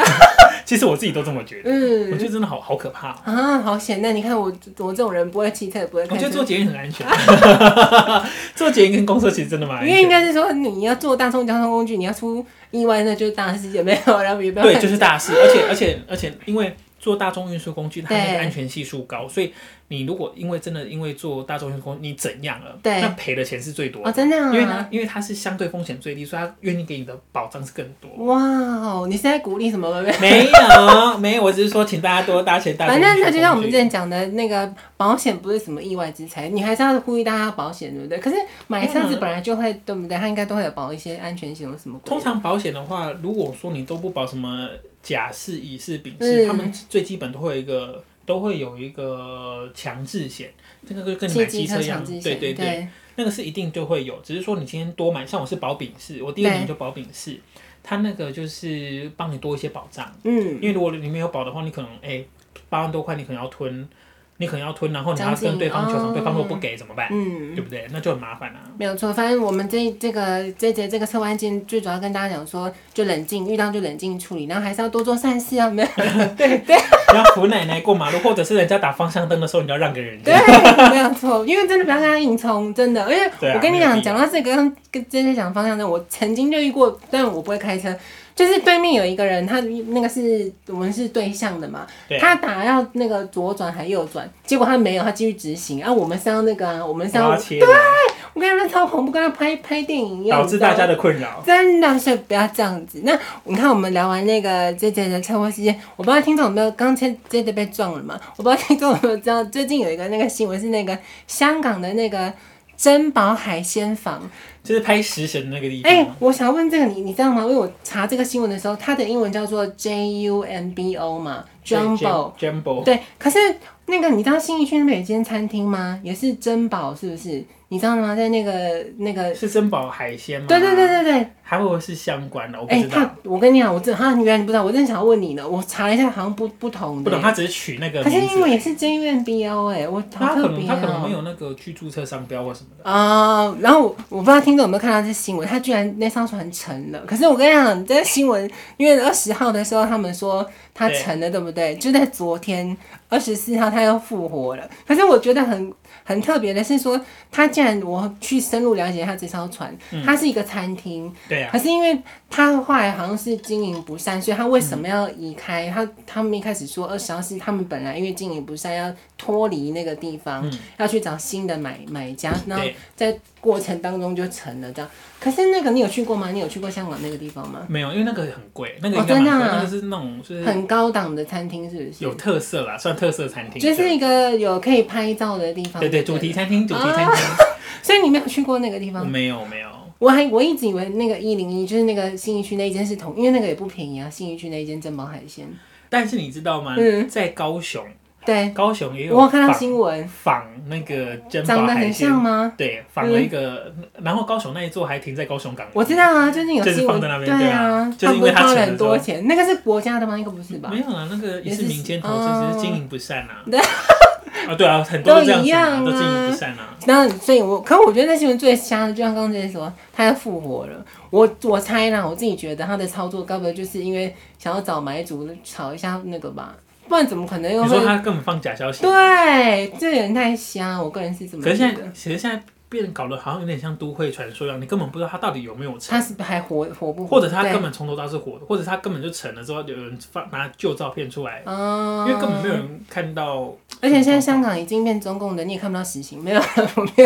Speaker 2: 其实我自己都这么觉得，我
Speaker 1: 嗯
Speaker 2: 觉得真的好好可怕哦。
Speaker 1: 啊，好险！那你看我我这种人不会骑车，也不会
Speaker 2: 我
Speaker 1: 开
Speaker 2: 觉
Speaker 1: 车
Speaker 2: 得，坐捷运很安 全，坐捷运跟公车其实真的蛮安
Speaker 1: 因为应
Speaker 2: 全的。
Speaker 1: 该是说你要坐大众交通工具，你要出意外那就是大事件，没有，然后也不要
Speaker 2: 对，
Speaker 1: 看
Speaker 2: 就是大事，而且而且而且，因为坐大众运输工具，它那
Speaker 1: 对
Speaker 2: 个安全系数高，所以你如果因为真的因为坐大众运输工具你怎样了，
Speaker 1: 对
Speaker 2: 那赔的钱是最多的
Speaker 1: 哦，。真的、啊，
Speaker 2: 因为它因为它是相对风险最低，所以它愿意给你的保障是更多。
Speaker 1: 哇哦，你是在鼓励什么？妹妹
Speaker 2: 没有，没有，我只是说请大家多搭钱搭。
Speaker 1: 反正呢，就像我们之前讲的那个保险不是什么意外之财，你还是要呼吁大家保险，对不对？可是买车
Speaker 2: 啊
Speaker 1: 子本来就会，对不对？它应该都会有保一些安全险或什么鬼的。
Speaker 2: 通常保险的话，如果说你都不保什么甲式、乙式、丙式，
Speaker 1: 嗯
Speaker 2: 他们最基本都会有一个都会有一个强制险，这个就跟你买
Speaker 1: 汽
Speaker 2: 机
Speaker 1: 机
Speaker 2: 车
Speaker 1: 车
Speaker 2: 一样
Speaker 1: 强，制
Speaker 2: 对
Speaker 1: 险，
Speaker 2: 对对，那个是一定就会有，只是说你今天多买，像我是保丙式，我第二年就保丙式，它那个就是帮你多一些保障，
Speaker 1: 嗯，
Speaker 2: 因为如果你没有保的话，你可能哎八、万多块你可能要吞，你可能要吞，然后你还要
Speaker 1: 将近
Speaker 2: 跟对方求偿，
Speaker 1: 哦
Speaker 2: 对方如果不给怎么办？
Speaker 1: 嗯
Speaker 2: 对不对？那就很麻烦啊。
Speaker 1: 没有错，反正我们这这个这节这个车弯件最主要跟大家讲说，就冷静，遇到就冷静处理，然后还是要多做善事啊，没 有 对对
Speaker 2: 你要扶奶奶过马路，或者是人家打方向灯的时候，你要让给人家。
Speaker 1: 对，没有错，因为真的不要跟他硬冲，真的，而
Speaker 2: 对
Speaker 1: 且
Speaker 2: 啊
Speaker 1: 我跟你
Speaker 2: 没有必
Speaker 1: 讲，讲
Speaker 2: 要
Speaker 1: 到这个跟跟这些讲方向灯，我曾经就遇过，但我不会开车，就是对面有一个人，他那个是我们是对向的嘛，
Speaker 2: 对
Speaker 1: 他打要那个左转还右转，结果他没有，他继续直行，啊，我们是要那个啊，我们是
Speaker 2: 然
Speaker 1: 要
Speaker 2: 后，切人，
Speaker 1: 我跟他们超恐怖，跟他拍拍电影一样，
Speaker 2: 导致大
Speaker 1: 你知道吗
Speaker 2: 家的困扰。
Speaker 1: 真的是不要这样子。那你看，我们聊完那个 J J 的车祸事件，我不知道听众有没有刚才 J J 被撞了嘛？我不知道听众有没有知道，最近有一个那个新闻是那个香港的那个珍宝海鲜坊。
Speaker 2: 就是拍食神的那个地方。
Speaker 1: 哎、我想问这个你你知道吗？因为我查这个新闻的时候，它的英文叫做 J U M B O 嘛，Jumbo。
Speaker 2: Jumbo，
Speaker 1: 对，可是那个你知道信义区那边有一间餐厅吗？也是珍宝是不是？你知道吗？在那个那个，
Speaker 2: 是珍宝海鲜吗？
Speaker 1: 对对对，对对，
Speaker 2: 还会不会是相关的？我不
Speaker 1: 哎、
Speaker 2: 知道，
Speaker 1: 他，我跟你讲，我真哈，你原来你不知道，我真的想要问你呢。我查了一下，好像不不同
Speaker 2: 不
Speaker 1: 的、
Speaker 2: 懂，他只是取那个
Speaker 1: 可是
Speaker 2: 名
Speaker 1: 英
Speaker 2: 字。
Speaker 1: 文也是 J U N B O 哎、我
Speaker 2: 他
Speaker 1: 好
Speaker 2: 可
Speaker 1: 特
Speaker 2: 能
Speaker 1: 别
Speaker 2: 他可能没
Speaker 1: 哦、
Speaker 2: 有那个去注册商标或什么的。
Speaker 1: 啊、然后我我不知道听众有没有看到这新闻，他居然那艘船沉了。可是我跟你讲，这新闻因为二十号的时候他们说它
Speaker 2: 对
Speaker 1: 沉了，对不对？
Speaker 2: 嗯
Speaker 1: 就在昨天二十四号，它又复活了。可是我觉得很很特别的是说，它竟然我去深入了解它这艘船，
Speaker 2: 嗯
Speaker 1: 它是一个餐厅，
Speaker 2: 对啊呀、
Speaker 1: 可是因为他后来好像是经营不善，所以他为什么要移开？他他们一开始说二十号是他们本来因为经营不善要脱离那个地方，
Speaker 2: 嗯
Speaker 1: 要去找新的买买家，然后
Speaker 2: 对，
Speaker 1: 在过程当中就成了这样。可是那个你有去过吗？你有去过香港那个地方吗？
Speaker 2: 没有，因为那个很贵，那个
Speaker 1: 哦
Speaker 2: 应该蛮贵，
Speaker 1: 真的啊
Speaker 2: 那个是那种就是
Speaker 1: 很高档的餐厅是不是？
Speaker 2: 呃有特色啦，算特色餐厅。
Speaker 1: 就是一个有可以拍照的地啊方。
Speaker 2: 对对，
Speaker 1: 不
Speaker 2: 主题。嗯餐厅，主题餐厅。
Speaker 1: 所以你没有去过那个地
Speaker 2: 我
Speaker 1: 方？
Speaker 2: 没有没有，
Speaker 1: 我还我一直以为那个一零一就是那个信义区那一间是同，因为那个也不便宜啊。信义区那一间珍宝海鲜，
Speaker 2: 但是你知道吗？
Speaker 1: 嗯
Speaker 2: 在高雄，
Speaker 1: 对，
Speaker 2: 高雄也有
Speaker 1: 我有看到
Speaker 2: 仿
Speaker 1: 新闻。
Speaker 2: 仿那个珍宝
Speaker 1: 长得
Speaker 2: 海
Speaker 1: 很
Speaker 2: 鲜
Speaker 1: 像，吗？嗯
Speaker 2: 对，仿了一个，然后高雄那一座还停在高雄港。
Speaker 1: 我知道啊，最近有
Speaker 2: 就是
Speaker 1: 新
Speaker 2: 放
Speaker 1: 闻，
Speaker 2: 在那边
Speaker 1: 对
Speaker 2: 对啊
Speaker 1: 啊，
Speaker 2: 就是因为它
Speaker 1: 他不是花
Speaker 2: 钱
Speaker 1: 了
Speaker 2: 的
Speaker 1: 很多钱，那个是国家的吗？应该不是吧
Speaker 2: 没？有啊，那个也是民间投
Speaker 1: 也
Speaker 2: 资，
Speaker 1: 是哦
Speaker 2: 只是经营不善啊。
Speaker 1: 对
Speaker 2: 啊，对啊，很多都这样子啊，
Speaker 1: 都
Speaker 2: 都
Speaker 1: 一样啊
Speaker 2: 经营不善啊。
Speaker 1: 然后，所以我，可我觉得那新闻最瞎的，就像刚刚这些说，他要复活了。我我猜啦，我自己觉得他的操作，该不会就是因为想要找买主炒一下那个吧？不然怎么可能又
Speaker 2: 你说
Speaker 1: 会？
Speaker 2: 他根本放假消息，
Speaker 1: 对，啊这人太瞎，我个人是这么
Speaker 2: 可是
Speaker 1: 觉
Speaker 2: 现
Speaker 1: 得
Speaker 2: 在。其实现在变搞得好像有点像都会传说一样，你根本不知道他到底有没有
Speaker 1: 他
Speaker 2: 成，
Speaker 1: 是不是还活活不活？
Speaker 2: 或者他根
Speaker 1: 本
Speaker 2: 本从头到尾是活的，或者他根本就成了之后有人发拿旧照片出来，
Speaker 1: 啊
Speaker 2: 因为根本没有人看到，
Speaker 1: 而且现在香港已经变中共的，你也看不到实行，没有， 我 没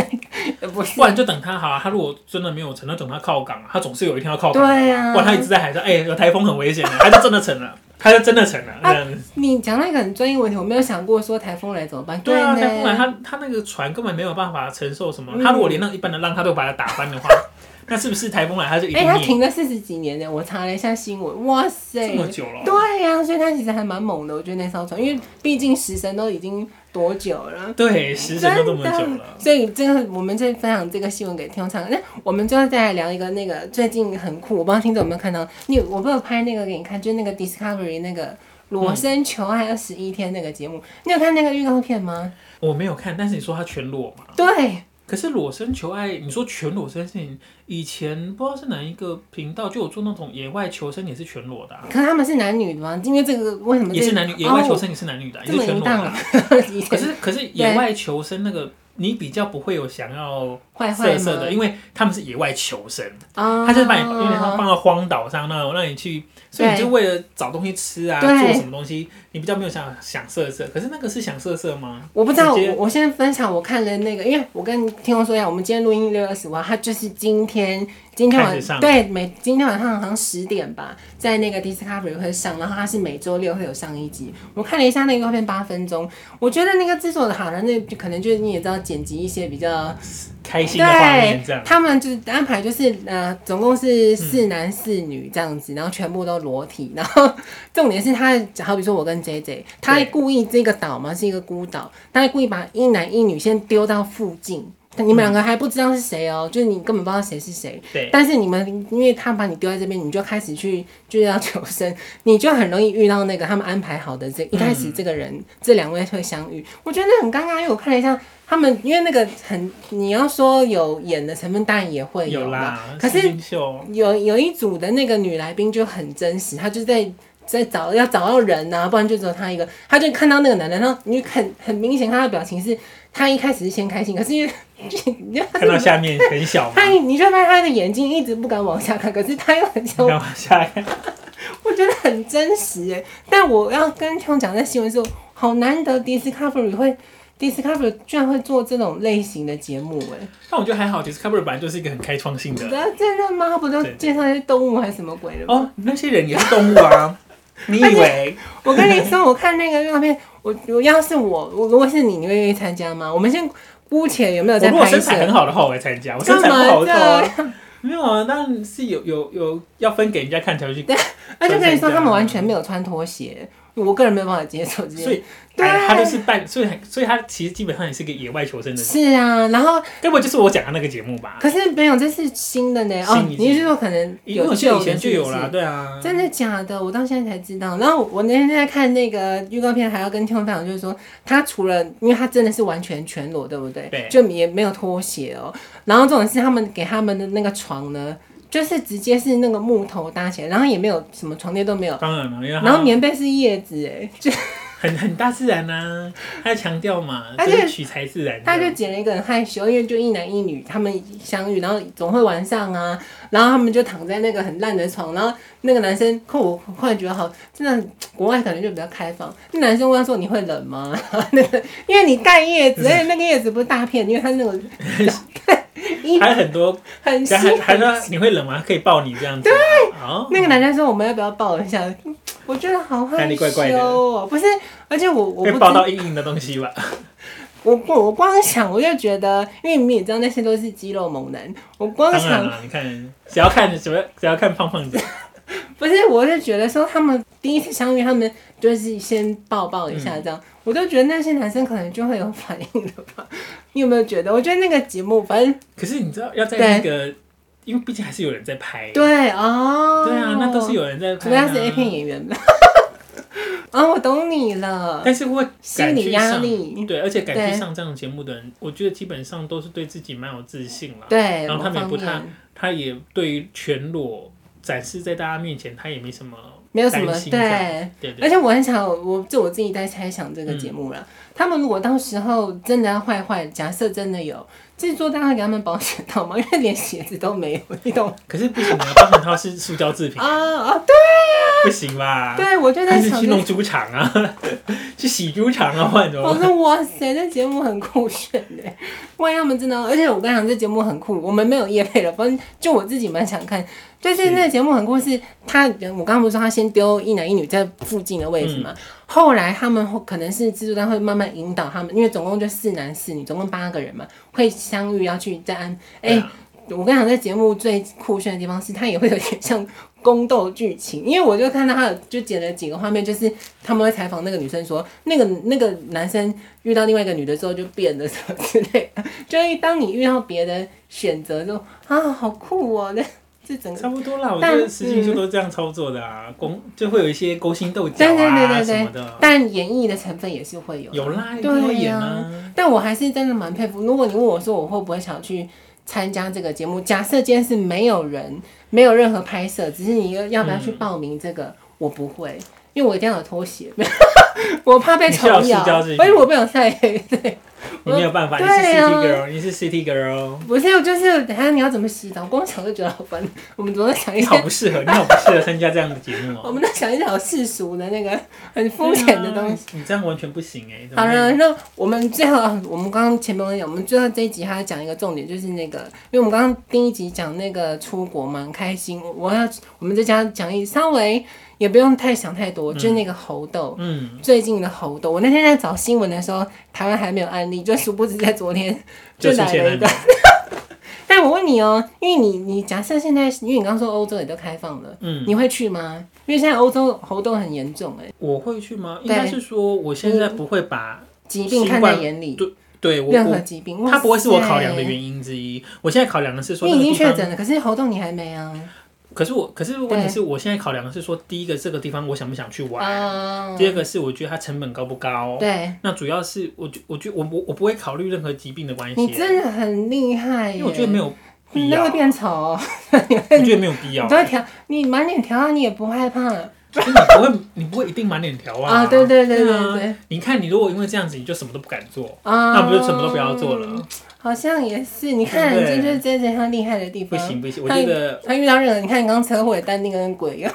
Speaker 1: 有，不是
Speaker 2: 不然就等他好啊。他如果真的没有成，那等他靠港啊，他总是有一天要靠港。
Speaker 1: 对啊
Speaker 2: 不然他一直在海上，哎，有台风很危险的， 他就真的成了，他就真的成了
Speaker 1: 啊
Speaker 2: 这样子。
Speaker 1: 你讲到一个很专业问题，我没有想过说台风来怎么办。
Speaker 2: 对啊，
Speaker 1: 呢
Speaker 2: 台风来，他他那个船根本没有办法承受什么，
Speaker 1: 嗯
Speaker 2: 他如果连那一般的浪他都把它打翻的话， 那是不是台风来他就一定
Speaker 1: 哎、他
Speaker 2: 灭
Speaker 1: 停了四十几年呢，我查了一下新闻，哇塞
Speaker 2: 这，么久了？
Speaker 1: 对呀、所以他其实还蛮猛的，我觉得那艘船，因为毕竟时神都已经多久了。
Speaker 2: 对，时辰都这么久
Speaker 1: 真的
Speaker 2: 了，
Speaker 1: 所以这个我们再分享这个新闻给听众看。那我们最后再来聊一个那个最近很酷，我不知道听众有没有看到，你我不有拍那个给你看，就是那个 Discovery 那个裸身求爱二十一天那个节目，
Speaker 2: 嗯
Speaker 1: 你有看那个预告片吗？
Speaker 2: 我没有看，但是你说他全裸嘛？
Speaker 1: 对，
Speaker 2: 可是裸身求爱，你说全裸这件事情，以前不知道是哪一个频道就有做那种野外求生也是全裸的、啊，
Speaker 1: 可是他们是男女的吗？因为这个为什么这
Speaker 2: 也是男女野外求生也是男女的啊、
Speaker 1: 哦、
Speaker 2: 也
Speaker 1: 这么
Speaker 2: 是全
Speaker 1: 淫
Speaker 2: 裸的
Speaker 1: 荡
Speaker 2: 啊、
Speaker 1: 啊？ 以
Speaker 2: 可
Speaker 1: 前
Speaker 2: 是可是野外求生那个，你比较不会有想要
Speaker 1: 坏坏
Speaker 2: 色
Speaker 1: 吗
Speaker 2: 色的，因为他们是野外求生。
Speaker 1: 啊，
Speaker 2: 他就是把你有点像放到荒岛上那种，让你去，所以你就为了找东西吃啊，
Speaker 1: 对
Speaker 2: 做什么东西，你比较没有想想色色。可是那个是想色色吗？
Speaker 1: 我不知道，
Speaker 2: 直接
Speaker 1: 我我先分享我看了那个，因为我跟听众说一下，我们今天录音六月二十五号，他就是今天今天
Speaker 2: 开
Speaker 1: 晚
Speaker 2: 始上
Speaker 1: 对每今天晚上好像十点吧，在那个 Discovery 会上，然后它是每周六会有上一集。我看了一下那个片八分钟，我觉得那个制作的好了，那就可能就是你也知道剪辑一些比较
Speaker 2: 开性的画面这样。
Speaker 1: 他们就是安排就是呃，总共是四男四女这样子，然后全部都裸体，然后重点是他好比说我跟 J J，他还
Speaker 2: 对
Speaker 1: 故意这个岛嘛是一个孤岛，他还故意把一男一女先丢到附近。但你们两个还不知道是谁哦、就是你根本不知道谁是谁。
Speaker 2: 对
Speaker 1: 但是你们因为他把你丢在这边，你就开始去就是要求生， 你就很容易遇到那个他们安排好的这一开始这个人，
Speaker 2: 嗯
Speaker 1: 这两位会相遇。我觉得很尴尬，因为我看了一下他们，因为那个很你要说有演的成分，当然也会
Speaker 2: 有
Speaker 1: 啦。
Speaker 2: 啦，
Speaker 1: 可是
Speaker 2: 新秀
Speaker 1: 有有一组的那个女来宾就很真实，她就在在找要找到人呐、不然就只有她一个。她就看到那个男的，然后你就很很明显看她的表情是，她一开始是先开心，可是因为 你就
Speaker 2: 看到下面很小嘛
Speaker 1: 她，你就发现她的眼睛一直不敢往下看，可是她又很想
Speaker 2: 然后下看
Speaker 1: 我觉得很真实哎。但我要跟听众讲，在新闻说，好难得 Discovery 会 Discovery 居然会做这种类型的节目哎。
Speaker 2: 但我觉得还好，就是 Cover 本来就是一个很开创性的。
Speaker 1: 啊，真的吗？他不都
Speaker 2: 对
Speaker 1: 介绍一些动物还是什么鬼的吗？
Speaker 2: 哦，那些人也是动 物啊，你以为？
Speaker 1: 我跟你说，我看那个照片，我我要是我，我如果是你，你会愿意参加吗？我们先姑且有没有
Speaker 2: 我
Speaker 1: 在
Speaker 2: 如果
Speaker 1: 拍
Speaker 2: 身材很
Speaker 1: 摄？
Speaker 2: 好的话，我会参加。我身
Speaker 1: 干
Speaker 2: 材不好，
Speaker 1: 嘛
Speaker 2: 我就
Speaker 1: 的？
Speaker 2: 没有啊。当然是有有有要分给人家看才会去，
Speaker 1: 而且跟你说，他们完全没有穿拖鞋，我个人没有办法接受这
Speaker 2: 所
Speaker 1: 些。
Speaker 2: 以
Speaker 1: 对
Speaker 2: 哎他都是半，所以所以他其实基本上也是个野外求生的人，
Speaker 1: 是啊，然后
Speaker 2: 根本就是我讲的那个节目吧。
Speaker 1: 可是没有，这是新的呢。哦
Speaker 2: 新，一季
Speaker 1: 你是说可能
Speaker 2: 因为
Speaker 1: 有
Speaker 2: 我记
Speaker 1: 旧
Speaker 2: 得
Speaker 1: 的
Speaker 2: 以前就有
Speaker 1: 是不是
Speaker 2: 啦，对啊，
Speaker 1: 真的假的？我到现在才知道。然后我那天在看那个预告片，还要跟听众分享，就是说他除了，因为他真的是完全全裸，对不对？
Speaker 2: 对
Speaker 1: 就也没有拖鞋哦。然后这种是他们给他们的那个床呢，就是直接是那个木头搭起来，然后也没有什么床垫都没有，
Speaker 2: 当然了，因为他
Speaker 1: 然后棉被是叶子，哎，就
Speaker 2: 很很大自然呐、他要强调嘛，
Speaker 1: 而
Speaker 2: 就
Speaker 1: 且
Speaker 2: 是取材自然。
Speaker 1: 他就捡了一个很害羞，因为就一男一女他们相遇，然后总会玩上啊，然后他们就躺在那个很烂的床，然后那个男生，可我忽然觉得好，真的国外可能就比较开放。那男生问他说：“你会冷吗？” 那个，因为你盖叶子，而且那个叶子不是大片，因为它那个 衣服
Speaker 2: 还有很多，
Speaker 1: 很细
Speaker 2: 还还还
Speaker 1: 很
Speaker 2: 说你会冷吗？可以抱你这样子。对，哦，
Speaker 1: 那个男生说：“我们要不要抱一下？”我觉得好
Speaker 2: 哪
Speaker 1: 害
Speaker 2: 里
Speaker 1: 羞
Speaker 2: 怪怪的
Speaker 1: 哦、不是，而且我我不
Speaker 2: 会
Speaker 1: 知
Speaker 2: 抱到硬硬的东西吧？
Speaker 1: 我我我光想我就觉得，因为你们也知道那些都是肌肉猛男， 我光
Speaker 2: 当然
Speaker 1: 想
Speaker 2: 了，你看，只要看什么，只要看胖胖的，
Speaker 1: 不是，我是觉得说他们第一次相遇，他们就是先抱抱一
Speaker 2: 嗯
Speaker 1: 下这样，我都觉得那些男生可能就会有反应了吧？你有没有觉得？我觉得那个节目，反正
Speaker 2: 可是你知道要在那个，因为毕竟还是有人在拍。
Speaker 1: 对哦，
Speaker 2: 对啊，那都是有人在拍、啊。
Speaker 1: 主要是 A 片演员 吧。啊、我懂你了，
Speaker 2: 但是会
Speaker 1: 心
Speaker 2: 敢
Speaker 1: 理
Speaker 2: 去
Speaker 1: 压
Speaker 2: 上，
Speaker 1: 力，
Speaker 2: 对，而且敢
Speaker 1: 对
Speaker 2: 去上这样的节目的人，我觉得基本上都是对自己蛮有自信啦。
Speaker 1: 对，
Speaker 2: 然后他们也
Speaker 1: 某
Speaker 2: 不
Speaker 1: 方
Speaker 2: 太
Speaker 1: 面
Speaker 2: 他也对于全裸展示在大家面前，他也没什么
Speaker 1: 没有什么
Speaker 2: 担心这样
Speaker 1: 对。
Speaker 2: 对
Speaker 1: 而
Speaker 2: 对，
Speaker 1: 且我很想，我就我自己在猜想这个节目啦。他们如果到时候真的要坏坏，假设真的有制作单位给他们保险套吗？因为连鞋子都没有，你懂吗
Speaker 2: 可是不行啊，保险套是塑胶制 品，
Speaker 1: 啊啊！对
Speaker 2: 不行吧？
Speaker 1: 对，我就在
Speaker 2: 还是
Speaker 1: 想
Speaker 2: 去
Speaker 1: 这
Speaker 2: 弄猪场啊， 去洗猪场啊，换
Speaker 1: 我
Speaker 2: 种。
Speaker 1: 说哦哇塞，这节目很酷炫哎！万一他们真的，而且我跟你讲，这节目很酷，我们没有夜配了，反正就我自己蛮想看。就是那个节目很酷，是他我刚刚不是说他先丢一男一女在附近的位置嘛？后来他们会可能是制作单位慢慢引导他们，因为总共就四男四女，总共八个人嘛，会相遇要去再安。哎、
Speaker 2: 对啊
Speaker 1: 我跟你讲，这节目最酷炫的地方是，它也会有点像宫斗剧情，因为我就看到他有就剪了几个画面，就是他们会采访那个女生说，那个那个男生遇到另外一个女的之后就变了什么之类的， 就是当你遇到别的选择就啊好酷哦，那这整个
Speaker 2: 差不多啦，我觉
Speaker 1: 但
Speaker 2: 得实境秀都这样操作的啊，勾就会有一些勾心斗角
Speaker 1: 对对对
Speaker 2: 啊
Speaker 1: 对
Speaker 2: 什么
Speaker 1: 对
Speaker 2: 的，，
Speaker 1: 但演绎的成分也是会有的，
Speaker 2: 有啦，一
Speaker 1: 对呀
Speaker 2: 定会演啊。
Speaker 1: 但我还是真的蛮佩服。如果你问我说我会不会想去参加这个节目，假设今天是没有人，没有任何拍摄，只是你要不要去报名这个，我不会，因为我一定要有拖鞋， 我怕被虫
Speaker 2: 你是有
Speaker 1: 咬
Speaker 2: 塑胶制，品
Speaker 1: 而且我不想晒黑。对，
Speaker 2: 你没有办法，你是
Speaker 1: 对啊
Speaker 2: City Girl，你是 City Girl，
Speaker 1: 不是，就是等下你要怎么洗澡，光想就觉得好烦。我们怎么想一
Speaker 2: 你好
Speaker 1: 些，
Speaker 2: 不适合，你好不适合参加这样的节目哦。
Speaker 1: 我 们都想一些好世俗的那个很肤浅的东西。
Speaker 2: 西，你这样完全不行哎。怎么
Speaker 1: 好
Speaker 2: 可以
Speaker 1: 了，那我们最后，啊我们刚刚前面有讲，我们最后这一集还要讲一个重点，就是那个，因为我们刚刚第一集讲那个出国嘛，很开心。我要我们这家讲一稍微也不用太想太多，就是那个猴痘，
Speaker 2: 嗯，
Speaker 1: 最近的猴痘。我那天在 找新闻的时候，台湾还没有案例，就殊不知在昨天
Speaker 2: 就出
Speaker 1: 来
Speaker 2: 现
Speaker 1: 了一
Speaker 2: 了
Speaker 1: 个。但我问你哦、因为你你假设现在，因为你刚说欧洲也都开放了，
Speaker 2: 嗯，
Speaker 1: 你会去吗？因为现在欧洲猴痘很严重、哎，
Speaker 2: 我会去吗？应
Speaker 1: 对
Speaker 2: 该是说我现在不会把
Speaker 1: 疾病看在眼里，
Speaker 2: 对我
Speaker 1: 任何
Speaker 2: 我
Speaker 1: 疾病，
Speaker 2: 它不会是我考量的
Speaker 1: 因。
Speaker 2: 原因之一。我现在考量的是说
Speaker 1: 你
Speaker 2: 那个
Speaker 1: 已经
Speaker 2: 地
Speaker 1: 确
Speaker 2: 方，
Speaker 1: 诊了，可是猴痘你还没啊？
Speaker 2: 可是我可是问题
Speaker 1: 对
Speaker 2: 是我现在考量的是说，第一个这个地方我想不想去玩，
Speaker 1: 啊，
Speaker 2: 第二个是我觉得它成本高不高。
Speaker 1: 对
Speaker 2: 那主要是我觉我觉我我我不会考虑任何疾病的关系
Speaker 1: 你，真的很厉害耶，
Speaker 2: 因为我觉得没有必
Speaker 1: 你那
Speaker 2: 要，
Speaker 1: 会
Speaker 2: 我
Speaker 1: 变丑，哦
Speaker 2: 觉得没有必
Speaker 1: 你
Speaker 2: 要
Speaker 1: 都。会调，你满脸调啊，你也不害怕
Speaker 2: 就你不会，你不会一定满脸条啊！
Speaker 1: 啊？对对对
Speaker 2: 啊
Speaker 1: 对对，
Speaker 2: 你看，你如果因为这样子，你就什么都不敢做，
Speaker 1: 啊，
Speaker 2: 那不就什么都不要做了？
Speaker 1: 好像也是，你看，
Speaker 2: 对
Speaker 1: 这就是 J J 他厉害的地
Speaker 2: 不
Speaker 1: 方。
Speaker 2: 行不行，我
Speaker 1: 他
Speaker 2: 觉得，
Speaker 1: 他遇到任何，你看你刚车祸也淡定跟鬼一哦样。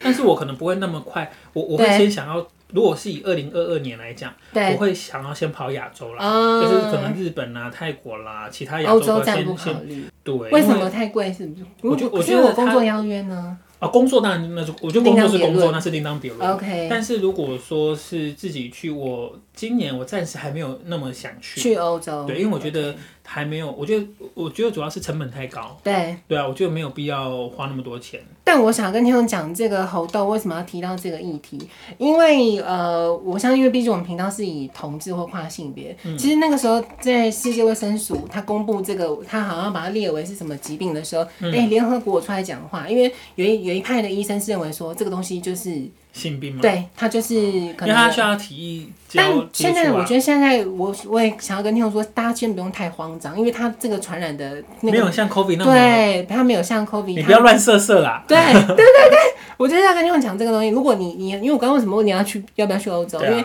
Speaker 2: 但是我可能不会那么快，我我会
Speaker 1: 对
Speaker 2: 先想要，如果是以二零二二年来讲，我
Speaker 1: 对，
Speaker 2: 会想要先跑亚洲啦，
Speaker 1: 啊
Speaker 2: 就是可能日本啊、泰国啦，其他亚
Speaker 1: 欧洲
Speaker 2: 国家
Speaker 1: 暂不
Speaker 2: 先
Speaker 1: 考
Speaker 2: 先
Speaker 1: 虑，
Speaker 2: 对，
Speaker 1: 为什
Speaker 2: 因
Speaker 1: 么太贵？是不是？
Speaker 2: 我觉
Speaker 1: 如果
Speaker 2: 我
Speaker 1: 可
Speaker 2: 觉
Speaker 1: 是
Speaker 2: 得
Speaker 1: 我工
Speaker 2: 他
Speaker 1: 作邀约呢
Speaker 2: 啊？工作当然那是，我觉得工作是
Speaker 1: 另当别
Speaker 2: 工作，
Speaker 1: 论
Speaker 2: 那是另当别论。
Speaker 1: ？OK，
Speaker 2: 嗯但是如果说是自己去，我今年我暂时还没有那么想去，
Speaker 1: 去哦欧洲。
Speaker 2: 对，因为我觉得还没有，我觉得我觉得主要是成本太高，
Speaker 1: 对，
Speaker 2: 对啊，我觉得没有必要花那么多钱。
Speaker 1: 但我想跟听众讲这个猴痘为什么要提到这个议题，因为呃，我相信，因为毕竟我们频道是以同志或跨性别，
Speaker 2: 嗯
Speaker 1: 其实那个时候在世界卫生署它公布这个，它好像把它列为是什么疾病的时候，哎、
Speaker 2: 嗯
Speaker 1: 联合国出来讲话，因为有一有一派的医生是认为说这个东西就是
Speaker 2: 性病嘛，
Speaker 1: 对它就是可
Speaker 2: 嗯因为他
Speaker 1: 能。
Speaker 2: 需要体液
Speaker 1: 但
Speaker 2: 交接
Speaker 1: 现在
Speaker 2: 触
Speaker 1: 我
Speaker 2: 啊，
Speaker 1: 觉得现在我我也想要跟听众说，大家先不用太慌张，因为它这个传染的那
Speaker 2: 没
Speaker 1: 个
Speaker 2: 有像 COVID 那么，
Speaker 1: 对它没有像 COVID，
Speaker 2: 你
Speaker 1: 它
Speaker 2: 不要乱射射啦。
Speaker 1: 对对对对，我就是要跟你们讲这个东西。如果你你，因为我刚刚为什么问你要去要不要去欧洲？
Speaker 2: 对
Speaker 1: 因为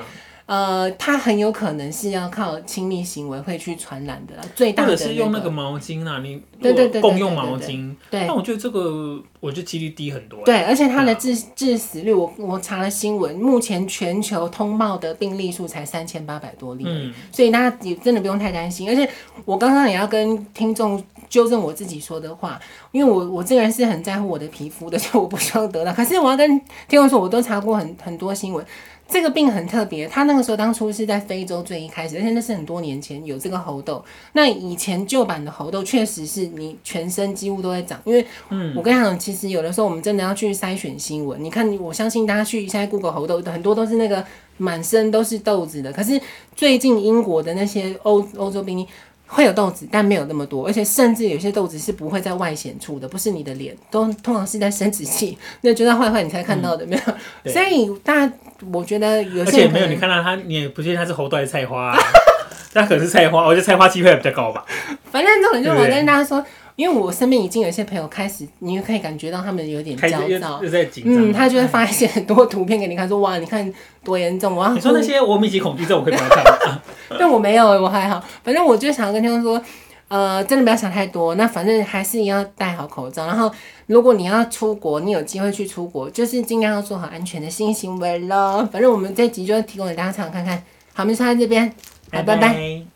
Speaker 2: 啊，
Speaker 1: 呃，它很有可能是要靠亲密行为会去传染的啦，最大
Speaker 2: 或
Speaker 1: 的、
Speaker 2: 者
Speaker 1: 那
Speaker 2: 是用那个毛巾啊，你
Speaker 1: 对对对对
Speaker 2: 如果共用
Speaker 1: 对对
Speaker 2: 毛
Speaker 1: 对
Speaker 2: 巾，
Speaker 1: 对
Speaker 2: 但我觉得这个我觉得几率低很多。，
Speaker 1: 对，而且它的致致死率，我我查了新闻，目前全球通报的病例数才三千八百多例。
Speaker 2: 嗯，
Speaker 1: 所以大家也真的不用太担心。而且我刚刚也要跟听众纠正我自己说的话，因为我我这个人是很在乎我的皮肤的，所以我不希望得到。可是我要跟听众说，我都查过很 很多新闻。这个病很特别，它那个时候当初是在非洲最一开始，而且那是很多年前有这个猴痘。那以前旧版的猴痘确实是你全身几乎都在长，因为
Speaker 2: 嗯
Speaker 1: 我跟你讲，其实有的时候我们真的要去筛选新闻。你看，我相信大家去现在 Google 猴痘，很多都是那个满身都是痘子的。可是最近英国的那些欧欧洲病例会有痘子，但没有那么多，而且甚至有些痘子是不会在外显处的，不是你的脸，都通常是在生殖器，那就在坏坏你才看到的，没有。
Speaker 2: 对
Speaker 1: 所以大家，我觉得有
Speaker 2: 而
Speaker 1: 些
Speaker 2: 且
Speaker 1: 人可
Speaker 2: 没有你
Speaker 1: 能
Speaker 2: 看到它，你也不确定它是猴豆还是菜花啊， 那可能是菜花，我觉得菜花机会比较高吧。
Speaker 1: 反正重点就是我
Speaker 2: 对
Speaker 1: 跟大家说，因为我身边已经有一些朋友开始，你就可以感觉到他们有点
Speaker 2: 开始
Speaker 1: 焦
Speaker 2: 又
Speaker 1: 躁。
Speaker 2: 又在紧张。
Speaker 1: 嗯，他就会发一些很多图片给你看，说哇，你看多严重，我要
Speaker 2: 你说那
Speaker 1: 哭
Speaker 2: 些我密集恐惧症，我可以不要看吗。
Speaker 1: 但我没有，我还好。反正我就想要跟听众说，呃，真的不要想太多。那反正还是一样戴好口罩。然后，如果你要出国，你有机会去出国，就是尽量要做好安全的 性行为咯。反正我们这集就提供给大家参考看看。好，我们就到这边，好，拜拜。
Speaker 2: 拜